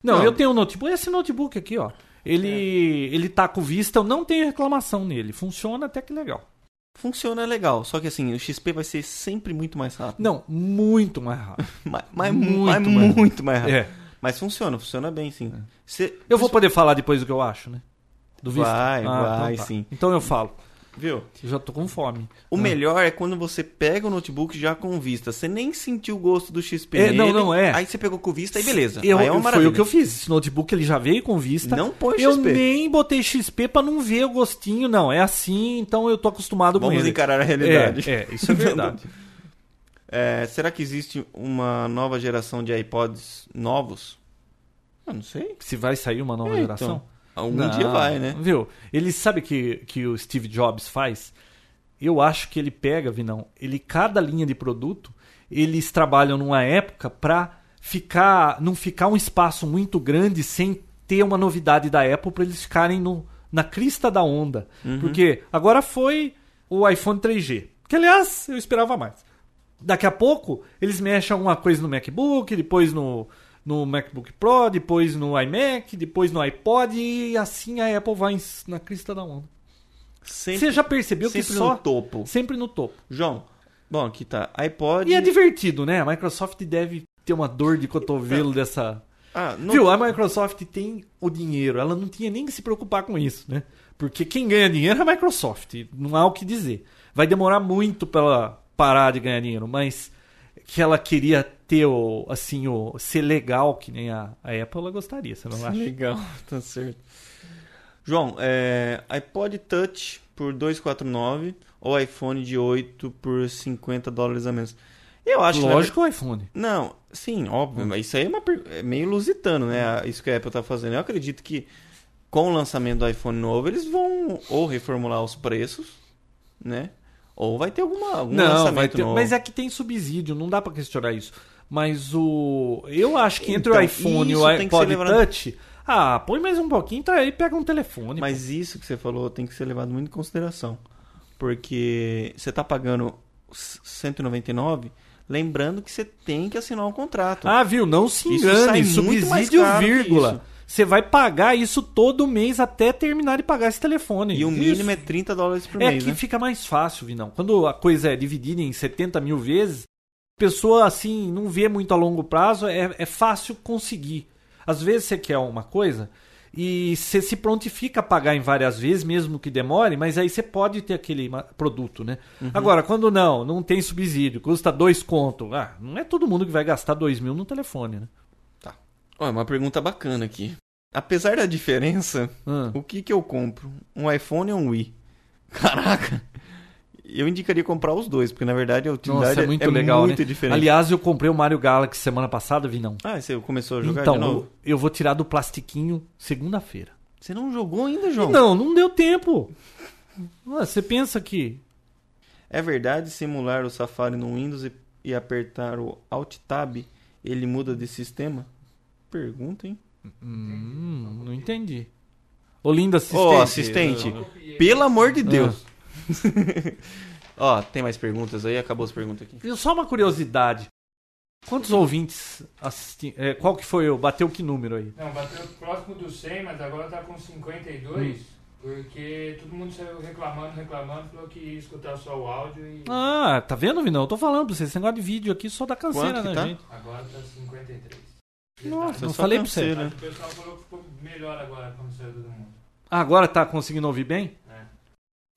Speaker 1: Não,
Speaker 2: Não. É.
Speaker 1: eu tenho um notebook. Esse notebook aqui, ó. Ele, ele tá com vista, eu não tenho reclamação nele. Funciona até que legal.
Speaker 2: Funciona legal, só que assim, o XP vai ser sempre muito mais rápido.
Speaker 1: Não, muito mais rápido.
Speaker 2: Mas, mas
Speaker 1: Muito
Speaker 2: mu- mas muito,
Speaker 1: mais.
Speaker 2: mais. rápido.
Speaker 1: É.
Speaker 2: Mas funciona, funciona bem, sim. Cê-
Speaker 1: Eu vou poder falar depois do que eu acho, né? Do visto.
Speaker 2: Vai, vai,
Speaker 1: então
Speaker 2: sim.
Speaker 1: Então eu falo.
Speaker 2: Viu?
Speaker 1: Eu já tô com fome. Ah.
Speaker 2: O melhor é quando você pega o notebook já com vista. Você nem sentiu o gosto do XP
Speaker 1: É, não,
Speaker 2: nele,
Speaker 1: não, é.
Speaker 2: Aí você pegou com vista e beleza.
Speaker 1: Eu,
Speaker 2: aí é uma
Speaker 1: foi
Speaker 2: maravilha.
Speaker 1: o que eu fiz. Esse notebook ele já veio com vista.
Speaker 2: Não põe
Speaker 1: Eu
Speaker 2: XP.
Speaker 1: nem botei XP pra não ver o gostinho, não. É assim, então eu tô acostumado com
Speaker 2: Vamos
Speaker 1: ele.
Speaker 2: encarar a realidade.
Speaker 1: É, é, isso é verdade.
Speaker 2: É, será que existe uma nova geração de iPods novos? Eu não sei.
Speaker 1: Se vai sair uma nova
Speaker 2: É,
Speaker 1: geração.
Speaker 2: Algum
Speaker 1: Não,
Speaker 2: dia vai, né?
Speaker 1: Viu? Ele sabe que que o Steve Jobs faz? Eu acho que ele pega, Vinão, ele cada linha de produto, eles trabalham numa época pra ficar, não ficar um espaço muito grande sem ter uma novidade da Apple pra eles ficarem no, na crista da onda. Porque agora foi o iPhone 3G, que aliás eu esperava mais. Daqui a pouco eles mexem alguma coisa no MacBook, depois no, no MacBook Pro, depois no iMac, depois no iPod e assim a Apple vai ens- na crista da onda.
Speaker 2: Sempre,
Speaker 1: Você já percebeu que é
Speaker 2: sempre
Speaker 1: só
Speaker 2: no topo.
Speaker 1: sempre no topo.
Speaker 2: João, bom, aqui tá. iPod.
Speaker 1: E é divertido, né? A Microsoft deve ter uma dor de cotovelo dessa.
Speaker 2: Ah, não-
Speaker 1: Viu? A Microsoft tem o dinheiro, ela não tinha nem que se preocupar com isso, né? Porque quem ganha dinheiro é a Microsoft, não há o que dizer. Vai demorar muito pra ela parar de ganhar dinheiro, mas que ela queria ter o assim o ser legal que nem a, a Apple, ela gostaria, você não acha?
Speaker 2: Legal, tá certo. João, é, iPod Touch por 249 ou iPhone de 8 por 50 dólares a menos. Eu acho que, na
Speaker 1: Lógico, o iPhone.
Speaker 2: Não, sim, óbvio, mas isso aí é, uma per- é meio lusitano, né? a- Isso que a Apple tá fazendo. Eu acredito que com o lançamento do iPhone novo, eles vão ou reformular os preços, né? Ou vai um- ter alguma, algum
Speaker 1: Não,
Speaker 2: lançamento
Speaker 1: vai ter,
Speaker 2: novo.
Speaker 1: Um mas é que tem subsídio, não dá pra questionar isso. Mas o eu acho que entre o
Speaker 2: Então,
Speaker 1: iPhone e
Speaker 2: isso
Speaker 1: o
Speaker 2: tem que ser
Speaker 1: iPod
Speaker 2: lembrado.
Speaker 1: Touch, ah, põe mais um pouquinho, tá aí, pega um telefone.
Speaker 2: Mas isso que você falou tem que ser levado muito em consideração. Porque você tá pagando s- 199, lembrando que você tem que assinar um contrato.
Speaker 1: Ah, viu? Não se
Speaker 2: Isso sai
Speaker 1: engane.
Speaker 2: muito mais
Speaker 1: Subsídio,
Speaker 2: caro que
Speaker 1: vírgula.
Speaker 2: isso.
Speaker 1: Você vai pagar isso todo mês até terminar de pagar esse telefone.
Speaker 2: e o
Speaker 1: Isso.
Speaker 2: mínimo é 30 dólares por
Speaker 1: É
Speaker 2: mês,
Speaker 1: que
Speaker 2: né?
Speaker 1: fica mais fácil, Vinão. Quando a coisa é dividida em 70 mil vezes, a pessoa assim não vê muito a longo prazo, é, é fácil conseguir. Às vezes você quer uma coisa e você se prontifica a pagar em várias vezes, mesmo que demore, mas aí você pode ter aquele ma- produto, né?
Speaker 2: Uhum.
Speaker 1: Agora, quando não, não tem subsídio, custa dois conto. Ah, não é todo mundo que vai gastar dois mil no telefone, né?
Speaker 2: Ó, é uma pergunta bacana aqui. Apesar da diferença,
Speaker 1: Ah.
Speaker 2: o que que eu compro? Um iPhone ou um Wii? Caraca! Eu indicaria comprar os dois, porque na verdade a utilidade
Speaker 1: Nossa, é muito legal,
Speaker 2: muito
Speaker 1: né?
Speaker 2: diferente.
Speaker 1: Aliás, eu comprei o Mario Galaxy semana passada, vi não.
Speaker 2: Ah, você começou a jogar de
Speaker 1: Então,
Speaker 2: novo?
Speaker 1: eu, eu vou tirar do plastiquinho segunda-feira.
Speaker 2: Você não jogou ainda, João?
Speaker 1: Não, não deu tempo. Ué, Você pensa que
Speaker 2: É verdade simular o Safari no Windows e, e apertar o Alt Tab, ele muda de sistema? Pergunta, hein?
Speaker 1: Hum, não entendi. Ô, linda assistente.
Speaker 2: Ô, assistente, pelo amor de Deus.
Speaker 1: Ah.
Speaker 2: Ó, tem mais perguntas aí? Acabou as perguntas aqui.
Speaker 1: Só uma curiosidade. Quantos ouvintes assistiram? qual que foi? o- Bateu que número aí?
Speaker 3: Não, bateu próximo do 100, mas agora tá com 52, porque todo mundo saiu reclamando, reclamando, falou que ia escutar só o áudio e
Speaker 1: Ah, tá vendo, Vinão? Eu tô falando pra vocês. Esse negócio de vídeo aqui só dá canseira
Speaker 2: Quanto que
Speaker 1: na
Speaker 2: tá?
Speaker 1: gente.
Speaker 3: agora tá 53.
Speaker 2: Nossa,
Speaker 1: Não
Speaker 2: só né?
Speaker 1: falei pra você. né?
Speaker 2: canseira.
Speaker 3: Mas o pessoal falou que ficou melhor agora quando saiu todo mundo.
Speaker 1: Ah, agora tá conseguindo ouvir bem?
Speaker 3: É.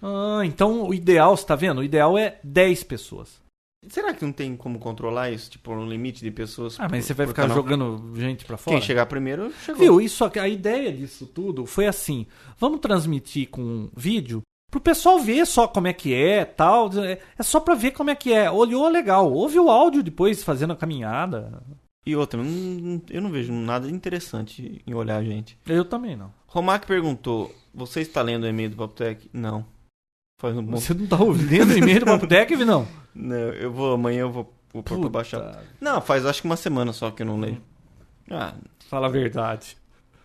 Speaker 1: Ah, então o ideal, você tá vendo? O ideal é 10 pessoas.
Speaker 2: Será que não tem como controlar isso? Tipo, um limite de pessoas?
Speaker 1: Ah, mas
Speaker 2: por-
Speaker 1: você vai
Speaker 2: por
Speaker 1: ficar
Speaker 2: canal?
Speaker 1: jogando gente pra fora?
Speaker 2: Quem chegar primeiro, chegou.
Speaker 1: Viu? Isso, aqui- a ideia disso tudo foi assim: vamos transmitir com um vídeo pro pessoal ver só como é que é tal. É é só pra ver como é que é. Olhou legal. Ouve o áudio depois fazendo a caminhada.
Speaker 2: E outra, hum, eu não vejo nada interessante em olhar a gente.
Speaker 1: Eu também não.
Speaker 2: Romac perguntou: Você está lendo o e-mail do Papotec? Não. Faz um bom.
Speaker 1: Você não tá ouvindo o e-mail do Papo Deck, não?
Speaker 2: Não, Né, eu vou, amanhã eu vou, vou pôr pra
Speaker 1: Puta,
Speaker 2: baixar. Não, faz acho que uma semana só que eu não leio.
Speaker 1: Hum.
Speaker 2: Ah,
Speaker 1: Fala a verdade.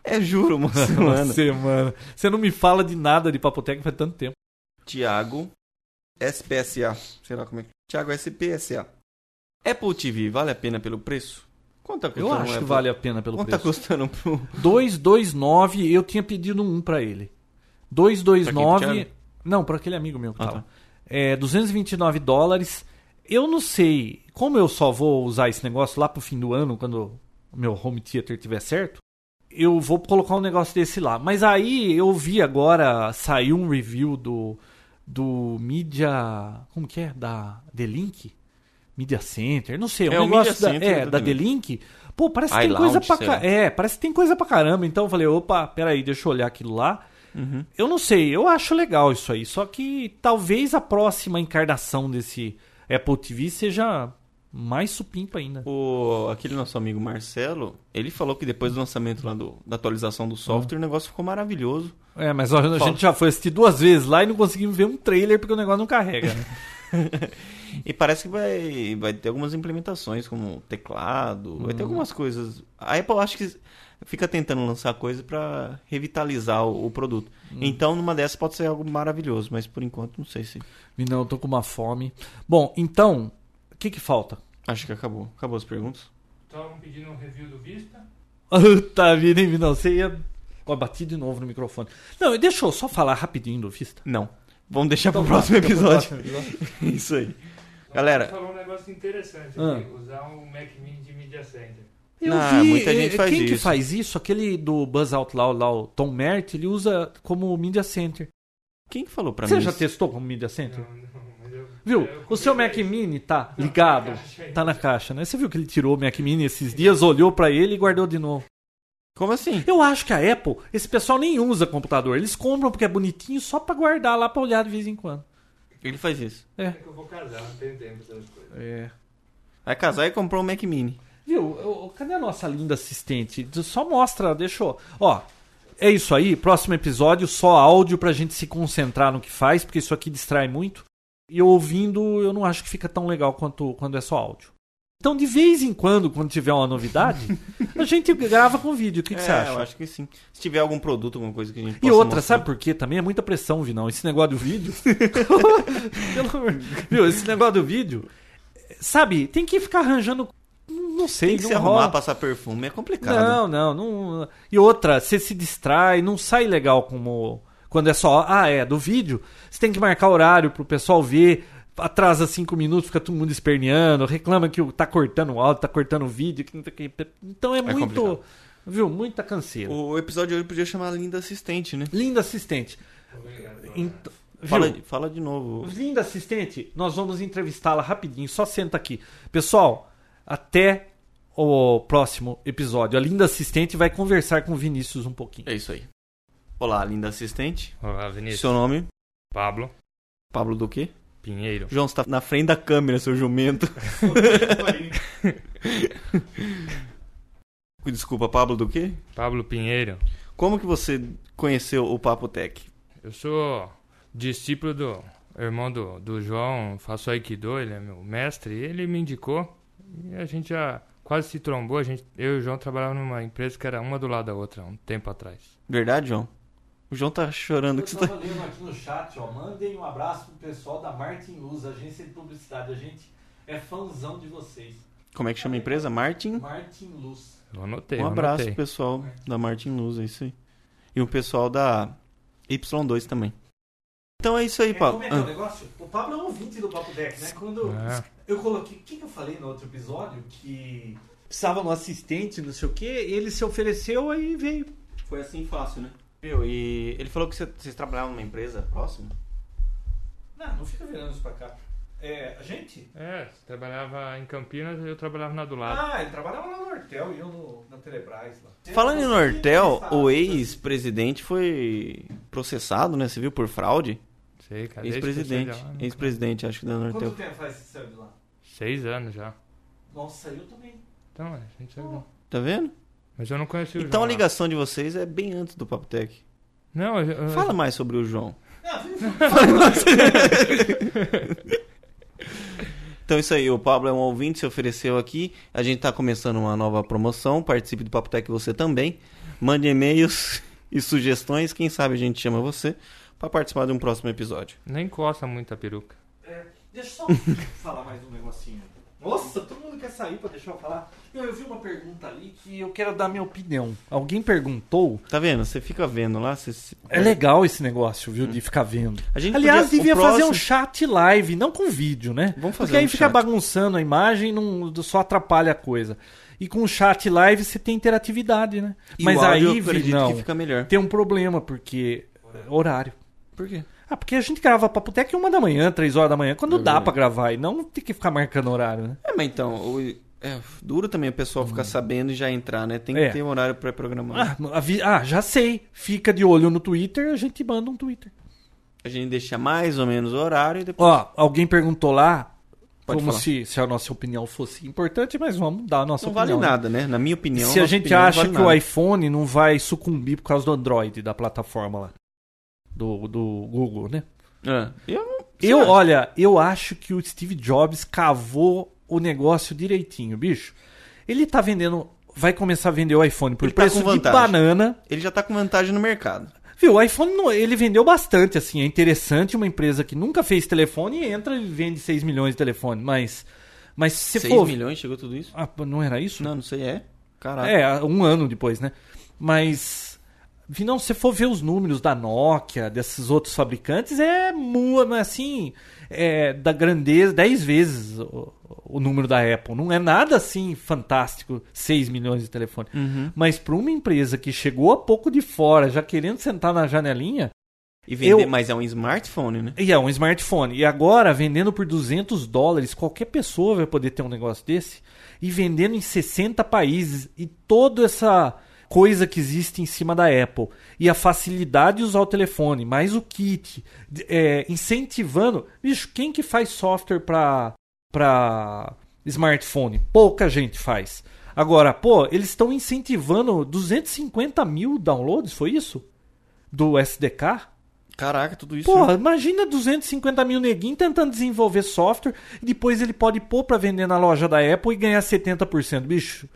Speaker 2: é juro, uma
Speaker 1: Uma
Speaker 2: semana.
Speaker 1: semana. Você não me fala de nada de Papoteca faz tanto tempo.
Speaker 2: Tiago SPSA. Sei lá como é que. Tiago SPSA. Apple TV, vale a pena pelo preço? Quanto tá
Speaker 1: Eu
Speaker 2: custando? um
Speaker 1: acho que
Speaker 2: Apple?
Speaker 1: Então, é, vale a pena pelo
Speaker 2: Quanto tá
Speaker 1: preço.
Speaker 2: custando pro.
Speaker 1: 229, eu tinha pedido um pra ele.
Speaker 2: Pra quem,
Speaker 1: 229.
Speaker 2: pro
Speaker 1: Não, pra aquele amigo meu que
Speaker 2: Ah,
Speaker 1: tava. É, 229 dólares. Eu não sei, como eu só vou usar esse negócio lá pro fim do ano, quando o meu home theater tiver certo, eu vou colocar um negócio desse lá. Mas aí eu vi agora, saiu um review do do Media, como que é? Da The Link? Media Center, não sei, um
Speaker 2: É, o
Speaker 1: negócio
Speaker 2: Media
Speaker 1: da,
Speaker 2: Center
Speaker 1: é,
Speaker 2: da
Speaker 1: da
Speaker 2: The
Speaker 1: The Link. Pô, parece que tem
Speaker 2: iLounge,
Speaker 1: coisa pra
Speaker 2: sei
Speaker 1: ca-
Speaker 2: lá.
Speaker 1: é, parece que tem coisa pra caramba. Então eu falei, opa, peraí, deixa eu olhar aquilo lá. Eu não sei, eu acho legal isso aí. Só que talvez a próxima encarnação desse Apple TV seja mais supimpa ainda.
Speaker 2: O, aquele nosso amigo Marcelo, ele falou que depois do lançamento lá do, da atualização do
Speaker 1: Hum.
Speaker 2: software, o negócio ficou maravilhoso.
Speaker 1: É, mas a gente
Speaker 2: Fala.
Speaker 1: já foi assistir duas vezes lá e não conseguimos ver um trailer porque o negócio não carrega. né?
Speaker 2: E parece que vai, vai ter algumas implementações, como teclado, vai ter
Speaker 1: Hum.
Speaker 2: algumas coisas. A Apple acho que fica tentando lançar coisa pra revitalizar o, o produto.
Speaker 1: Hum.
Speaker 2: Então, numa dessas pode ser algo maravilhoso, mas por enquanto não sei se.
Speaker 1: E não, eu tô com uma fome. Bom, então, o que que falta?
Speaker 2: Acho que acabou. Acabou as perguntas.
Speaker 3: Estavam pedindo um review do Vista.
Speaker 1: Puta vida, hein, não, você ia... Ó, bati de novo no microfone. Não, deixa eu só falar rapidinho do Vista.
Speaker 2: Não. Vamos deixar
Speaker 1: Então
Speaker 2: pro
Speaker 1: tá,
Speaker 2: próximo
Speaker 1: fica pro
Speaker 2: episódio.
Speaker 1: próximo episódio.
Speaker 2: Isso aí. Galera.
Speaker 3: Você falou um negócio interessante
Speaker 1: Ah.
Speaker 3: aqui, usar um Mac Mini de Media Center.
Speaker 1: Eu
Speaker 2: Ah,
Speaker 1: vi,
Speaker 2: muita gente
Speaker 1: eh,
Speaker 2: faz
Speaker 1: quem que
Speaker 2: isso.
Speaker 1: faz isso? Aquele do Buzz Out Loud lá, o Tom Mert, ele usa como Media Center.
Speaker 2: Quem que falou pra
Speaker 1: Você
Speaker 2: mim?
Speaker 1: já
Speaker 2: isso?
Speaker 1: testou como Media Center?
Speaker 3: Não, É, não, mas eu-
Speaker 1: Viu?
Speaker 3: eu
Speaker 1: O seu Mac
Speaker 3: comprei
Speaker 1: Mini tá
Speaker 3: Não, é
Speaker 1: ligado,
Speaker 3: na caixa ainda.
Speaker 1: tá na caixa, né? Você viu que ele tirou o Mac Mini esses dias, olhou pra ele e guardou de novo.
Speaker 2: Como assim?
Speaker 1: Eu acho que a Apple, esse pessoal nem usa computador, eles compram porque é bonitinho só pra guardar lá pra olhar de vez em quando.
Speaker 2: Ele faz isso.
Speaker 3: É que eu vou casar, não tenho tempo pra essas coisas.
Speaker 1: É.
Speaker 2: Vai casar e comprou um Mac Mini.
Speaker 1: Viu? Ô, ô, Cadê a nossa linda assistente? Só mostra, deixou. Ó, é isso aí. Próximo episódio, só áudio pra gente se concentrar no que faz, porque isso aqui distrai muito. E eu ouvindo, eu não acho que fica tão legal quanto quando é só áudio. Então, de vez em quando, quando tiver uma novidade, a gente grava com vídeo. O É, que, que você acha?
Speaker 2: É, Eu acho que sim. Se tiver algum produto, alguma coisa que a gente possa
Speaker 1: E outra,
Speaker 2: mostrar.
Speaker 1: sabe por quê? Também é muita pressão, Vinão. Esse negócio do vídeo. Pelo amor de Deus. Viu? Esse negócio do vídeo. Sabe, tem que ficar arranjando. Não sei,
Speaker 2: Tem que
Speaker 1: não
Speaker 2: se
Speaker 1: rola.
Speaker 2: arrumar, passar perfume, é complicado.
Speaker 1: Não, não, não. E outra, você se distrai, não sai legal como quando é só, ah, é, do vídeo. Você tem que marcar horário pro pessoal ver. Atrasa cinco minutos, fica todo mundo esperneando, reclama que o- tá cortando o áudio, tá cortando o vídeo. que não tem que- Então é, muito.
Speaker 2: complicado.
Speaker 1: Viu? Muita canseira.
Speaker 2: O episódio de hoje podia chamar Linda Assistente, né?
Speaker 1: Linda assistente. Ent-
Speaker 2: Fala,
Speaker 1: viu?
Speaker 2: fala de novo.
Speaker 1: Linda assistente, nós vamos entrevistá-la rapidinho, só senta aqui. Pessoal, até o próximo episódio. A linda assistente vai conversar com o Vinícius um pouquinho.
Speaker 2: É isso aí. Olá, Linda Assistente.
Speaker 4: Olá, Vinícius.
Speaker 2: Seu nome?
Speaker 4: Pablo
Speaker 2: Pablo do quê?
Speaker 4: Pinheiro.
Speaker 2: João, você tá na frente da câmera, seu jumento. Desculpa, Pablo do quê?
Speaker 4: Pablo Pinheiro.
Speaker 2: Como que você conheceu o Papo Tech?
Speaker 4: Eu sou discípulo do irmão do, do João, faço Aikido, ele é meu mestre, ele me indicou e a gente já quase se trombou. A gente, eu e o João trabalhava numa empresa que era uma do lado da outra, um tempo atrás.
Speaker 2: Verdade, João? O João tá chorando que você tá...
Speaker 1: lendo um aqui no chat, ó. Mandem um abraço pro pessoal da Martin Luz, agência de publicidade. A gente é fãzão de vocês.
Speaker 2: Como é que chama a empresa? Martin?
Speaker 1: Martin Luz.
Speaker 4: Eu anotei,
Speaker 2: um
Speaker 4: eu
Speaker 2: abraço,
Speaker 4: anotei.
Speaker 2: pessoal da Martin Luz, é isso aí. E o pessoal da Y2 também. Então é isso aí, Paulo. Ah,
Speaker 1: negócio? O Pablo é um ouvinte do Papo Deck, né? Quando
Speaker 4: É.
Speaker 1: eu coloquei. O que, que eu falei no outro episódio? Que. precisavam de um assistente, não sei o quê. Ele se ofereceu, aí veio.
Speaker 2: Foi assim fácil, né? Viu? E ele falou que você- vocês trabalhavam numa empresa próxima?
Speaker 1: Não, não fica virando isso pra cá. É, a gente?
Speaker 4: É, você trabalhava em Campinas e eu trabalhava na do lado.
Speaker 1: Ah, ele trabalhava lá no Hortel e eu no, na Telebrás lá.
Speaker 2: Falando em Nortel, o ex-presidente foi processado, né? Você viu por fraude?
Speaker 4: Sei, cara. É, desde né? que eu
Speaker 2: Ex-presidente.
Speaker 4: saí de lá, nunca-
Speaker 2: Ex-presidente, acho que da Nortel.
Speaker 1: Quanto tempo faz que você saiu de lá?
Speaker 4: Seis anos já.
Speaker 1: Nossa, eu também.
Speaker 4: Então, a gente saiu. lá.
Speaker 2: Tá vendo?
Speaker 4: Mas eu não conheci o João.
Speaker 2: Então a
Speaker 4: lá.
Speaker 2: ligação de vocês é bem antes do Papo Tech.
Speaker 4: Não, eu, eu-
Speaker 2: Fala mais sobre o João.
Speaker 1: Ah,
Speaker 2: Então isso aí, o Pablo é um ouvinte, se ofereceu aqui. A gente está começando uma nova promoção. Participe do Papo Tech você também. Mande e-mails e sugestões. Quem sabe a gente chama você para participar de um próximo episódio.
Speaker 4: nem encosta muito a peruca.
Speaker 1: É, Deixa eu só falar mais um negocinho. Nossa, todo mundo quer sair pra deixar eu falar. Não, eu vi uma pergunta ali que eu quero dar minha opinião. Alguém perguntou.
Speaker 2: Tá vendo? Você fica vendo lá. Você... se-
Speaker 1: É legal esse negócio, viu, de ficar vendo.
Speaker 2: Hum. A gente
Speaker 1: Aliás,
Speaker 2: podia- o
Speaker 1: devia fazer um
Speaker 2: próximo-
Speaker 1: chat live, não com vídeo, né?
Speaker 2: Vamos fazer
Speaker 1: Porque aí
Speaker 2: um
Speaker 1: fica
Speaker 2: chat.
Speaker 1: bagunçando a imagem, não, só atrapalha a coisa. E com o chat live você tem interatividade, né?
Speaker 2: E
Speaker 1: Mas
Speaker 2: o áudio,
Speaker 1: aí,
Speaker 2: eu
Speaker 1: vi,
Speaker 2: acredito
Speaker 1: não,
Speaker 2: que fica melhor.
Speaker 1: tem um problema, porque... é, Horário.
Speaker 2: Por quê?
Speaker 1: Ah, porque a gente grava papo tech uma da manhã, três horas da manhã, quando dá
Speaker 2: É verdade.
Speaker 1: pra gravar e não tem que ficar marcando horário, né?
Speaker 2: É, mas então, o- é, duro também o pessoal ficar sabendo e já entrar, né? Tem que
Speaker 1: Hum. É.
Speaker 2: ter um horário pré-programado.
Speaker 1: Ah, avi- ah, já sei. Fica de olho no Twitter, a gente manda um Twitter.
Speaker 2: A gente deixa mais ou menos o horário e depois.
Speaker 1: Ó, alguém perguntou lá
Speaker 2: Pode
Speaker 1: como
Speaker 2: falar.
Speaker 1: se, se a nossa opinião fosse importante, mas vamos dar a nossa
Speaker 2: não vale
Speaker 1: opinião. né?
Speaker 2: nada, né? Na minha opinião.
Speaker 1: se a
Speaker 2: nossa
Speaker 1: gente
Speaker 2: opinião não
Speaker 1: acha
Speaker 2: vale
Speaker 1: que
Speaker 2: nada.
Speaker 1: o iPhone não vai sucumbir por causa do Android, da plataforma lá. Do, do Google, né?
Speaker 2: Ah, eu não-
Speaker 1: eu,
Speaker 2: Será?
Speaker 1: olha, eu acho que o Steve Jobs cavou o negócio direitinho, bicho. Ele tá vendendo. Vai começar a vender o iPhone por
Speaker 2: Ele tá
Speaker 1: preço
Speaker 2: com
Speaker 1: de
Speaker 2: vantagem.
Speaker 1: banana.
Speaker 2: Ele já tá com vantagem no mercado.
Speaker 1: Viu, o iPhone não- ele vendeu bastante, assim, é interessante uma empresa que nunca fez telefone entra e vende 6 milhões de telefone, mas mas se
Speaker 2: 6
Speaker 1: for
Speaker 2: milhões chegou tudo isso?
Speaker 1: Ah, não era isso?
Speaker 2: Não, não sei, é. Caraca.
Speaker 1: É, um ano depois, né? Mas vi, não, se você for ver os números da Nokia, desses outros fabricantes, é mu- assim, é da grandeza, 10 vezes o, o número da Apple. Não é nada assim fantástico, 6 milhões de telefone.
Speaker 2: Uhum.
Speaker 1: Mas para uma empresa que chegou há pouco de fora, já querendo sentar na janelinha,
Speaker 2: E vender,
Speaker 1: eu-
Speaker 2: mas é um smartphone, né?
Speaker 1: e é um smartphone. E agora, vendendo por 200 dólares, qualquer pessoa vai poder ter um negócio desse. E vendendo em 60 países. E toda essa coisa que existe em cima da Apple. E a facilidade de usar o telefone, mais o kit. de- é, incentivando. Bicho, quem que faz software pra, pra smartphone? Pouca gente faz. Agora, pô, eles estão incentivando 250 mil downloads, foi isso? Do SDK?
Speaker 2: Caraca, tudo isso. é-
Speaker 1: Porra, imagina 250 mil neguinhos tentando desenvolver software e depois ele pode pôr pra vender na loja da Apple e ganhar 70%. Bicho,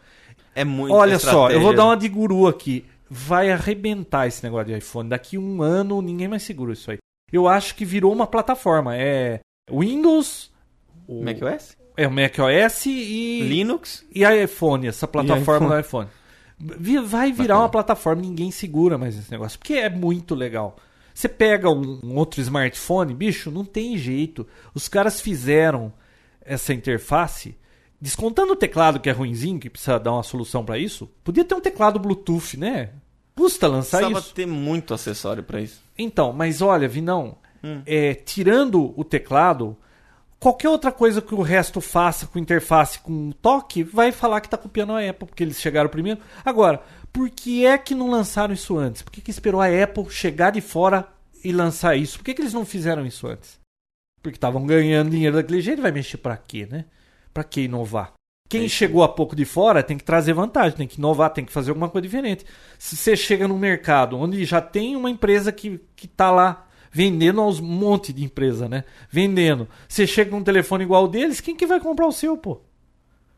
Speaker 2: é muito
Speaker 1: olha só, eu vou
Speaker 2: estratégia.
Speaker 1: dar uma de guru aqui. Vai arrebentar esse negócio de iPhone. Daqui um ano ninguém mais segura isso aí. Eu acho que virou uma plataforma. É Windows, o,
Speaker 2: macOS?
Speaker 1: é o macOS e,
Speaker 2: Linux?
Speaker 1: e iPhone, essa plataforma do iPhone. Vi- Vai virar
Speaker 2: Bacana.
Speaker 1: uma plataforma, ninguém segura mais esse negócio, porque é muito legal. Você pega um, um outro smartphone, bicho, não tem jeito. Os caras fizeram essa interface, descontando o teclado que é ruinzinho, que precisa dar uma solução pra isso. Podia ter um teclado Bluetooth, né? Custa lançar
Speaker 2: Precisava
Speaker 1: isso.
Speaker 2: ter muito acessório pra isso.
Speaker 1: Então, mas olha, Vinão, é, tirando o teclado, qualquer outra coisa que o resto faça com interface com toque, vai falar que tá copiando a Apple, porque eles chegaram primeiro. Agora, por que é que não lançaram isso antes? Por que, que esperou a Apple chegar de fora e lançar isso? Por que, que eles não fizeram isso antes? Porque estavam ganhando dinheiro daquele jeito, vai mexer pra quê, né? Pra que inovar?
Speaker 2: É
Speaker 1: Quem chegou há pouco de fora tem que trazer vantagem, tem que inovar, tem que fazer alguma coisa diferente. Se você chega num mercado onde já tem uma empresa que, que tá lá vendendo aos monte de empresa, né? Vendendo. Você chega num telefone igual deles, quem que vai comprar o seu, pô?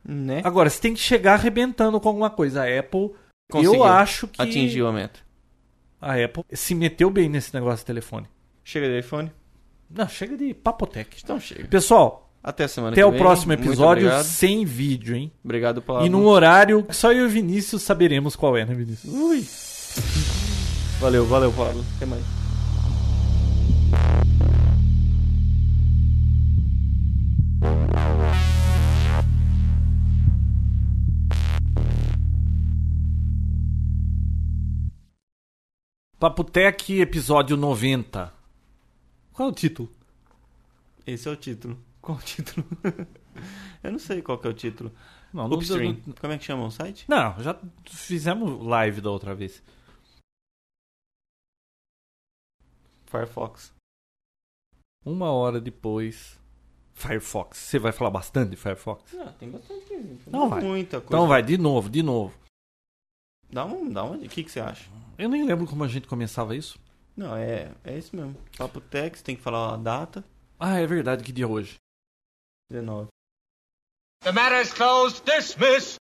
Speaker 2: Né?
Speaker 1: Agora, você tem que chegar arrebentando com alguma coisa. A Apple,
Speaker 2: Conseguiu.
Speaker 1: eu acho que
Speaker 2: Atingiu a meta.
Speaker 1: a Apple se meteu bem nesse negócio de telefone.
Speaker 2: Chega de iPhone?
Speaker 1: Não, chega de papotec.
Speaker 2: Então chega.
Speaker 1: Pessoal,
Speaker 2: Até semana
Speaker 1: até
Speaker 2: que
Speaker 1: o
Speaker 2: vem.
Speaker 1: próximo
Speaker 2: Muito
Speaker 1: episódio
Speaker 2: obrigado.
Speaker 1: sem vídeo, hein?
Speaker 2: Obrigado, Paulo.
Speaker 1: E num horário que só eu e o Vinícius saberemos qual é, né, Vinícius?
Speaker 2: Valeu, valeu, Paulo. Até mais.
Speaker 1: Papotec, episódio 90. Qual é o título?
Speaker 2: Esse é o título. Qual o título? eu não sei qual que é o título.
Speaker 1: Não, não-
Speaker 2: Upstream. Como é que chama o site?
Speaker 1: Não, já fizemos live da outra vez.
Speaker 2: Firefox.
Speaker 1: Uma hora depois. Firefox. Você vai falar bastante de Firefox?
Speaker 2: Não, Ah, tem bastante coisa.
Speaker 1: Não vai.
Speaker 2: Muita coisa.
Speaker 1: Então vai, de novo, de novo.
Speaker 2: Dá um, dá um, o que, que você acha?
Speaker 1: Eu nem lembro como a gente começava isso.
Speaker 2: Não, é, é isso mesmo. Papo Tex, tem que falar a data,
Speaker 1: Ah, é verdade, que dia é hoje?
Speaker 2: 19.
Speaker 5: The matter is closed. Dismiss.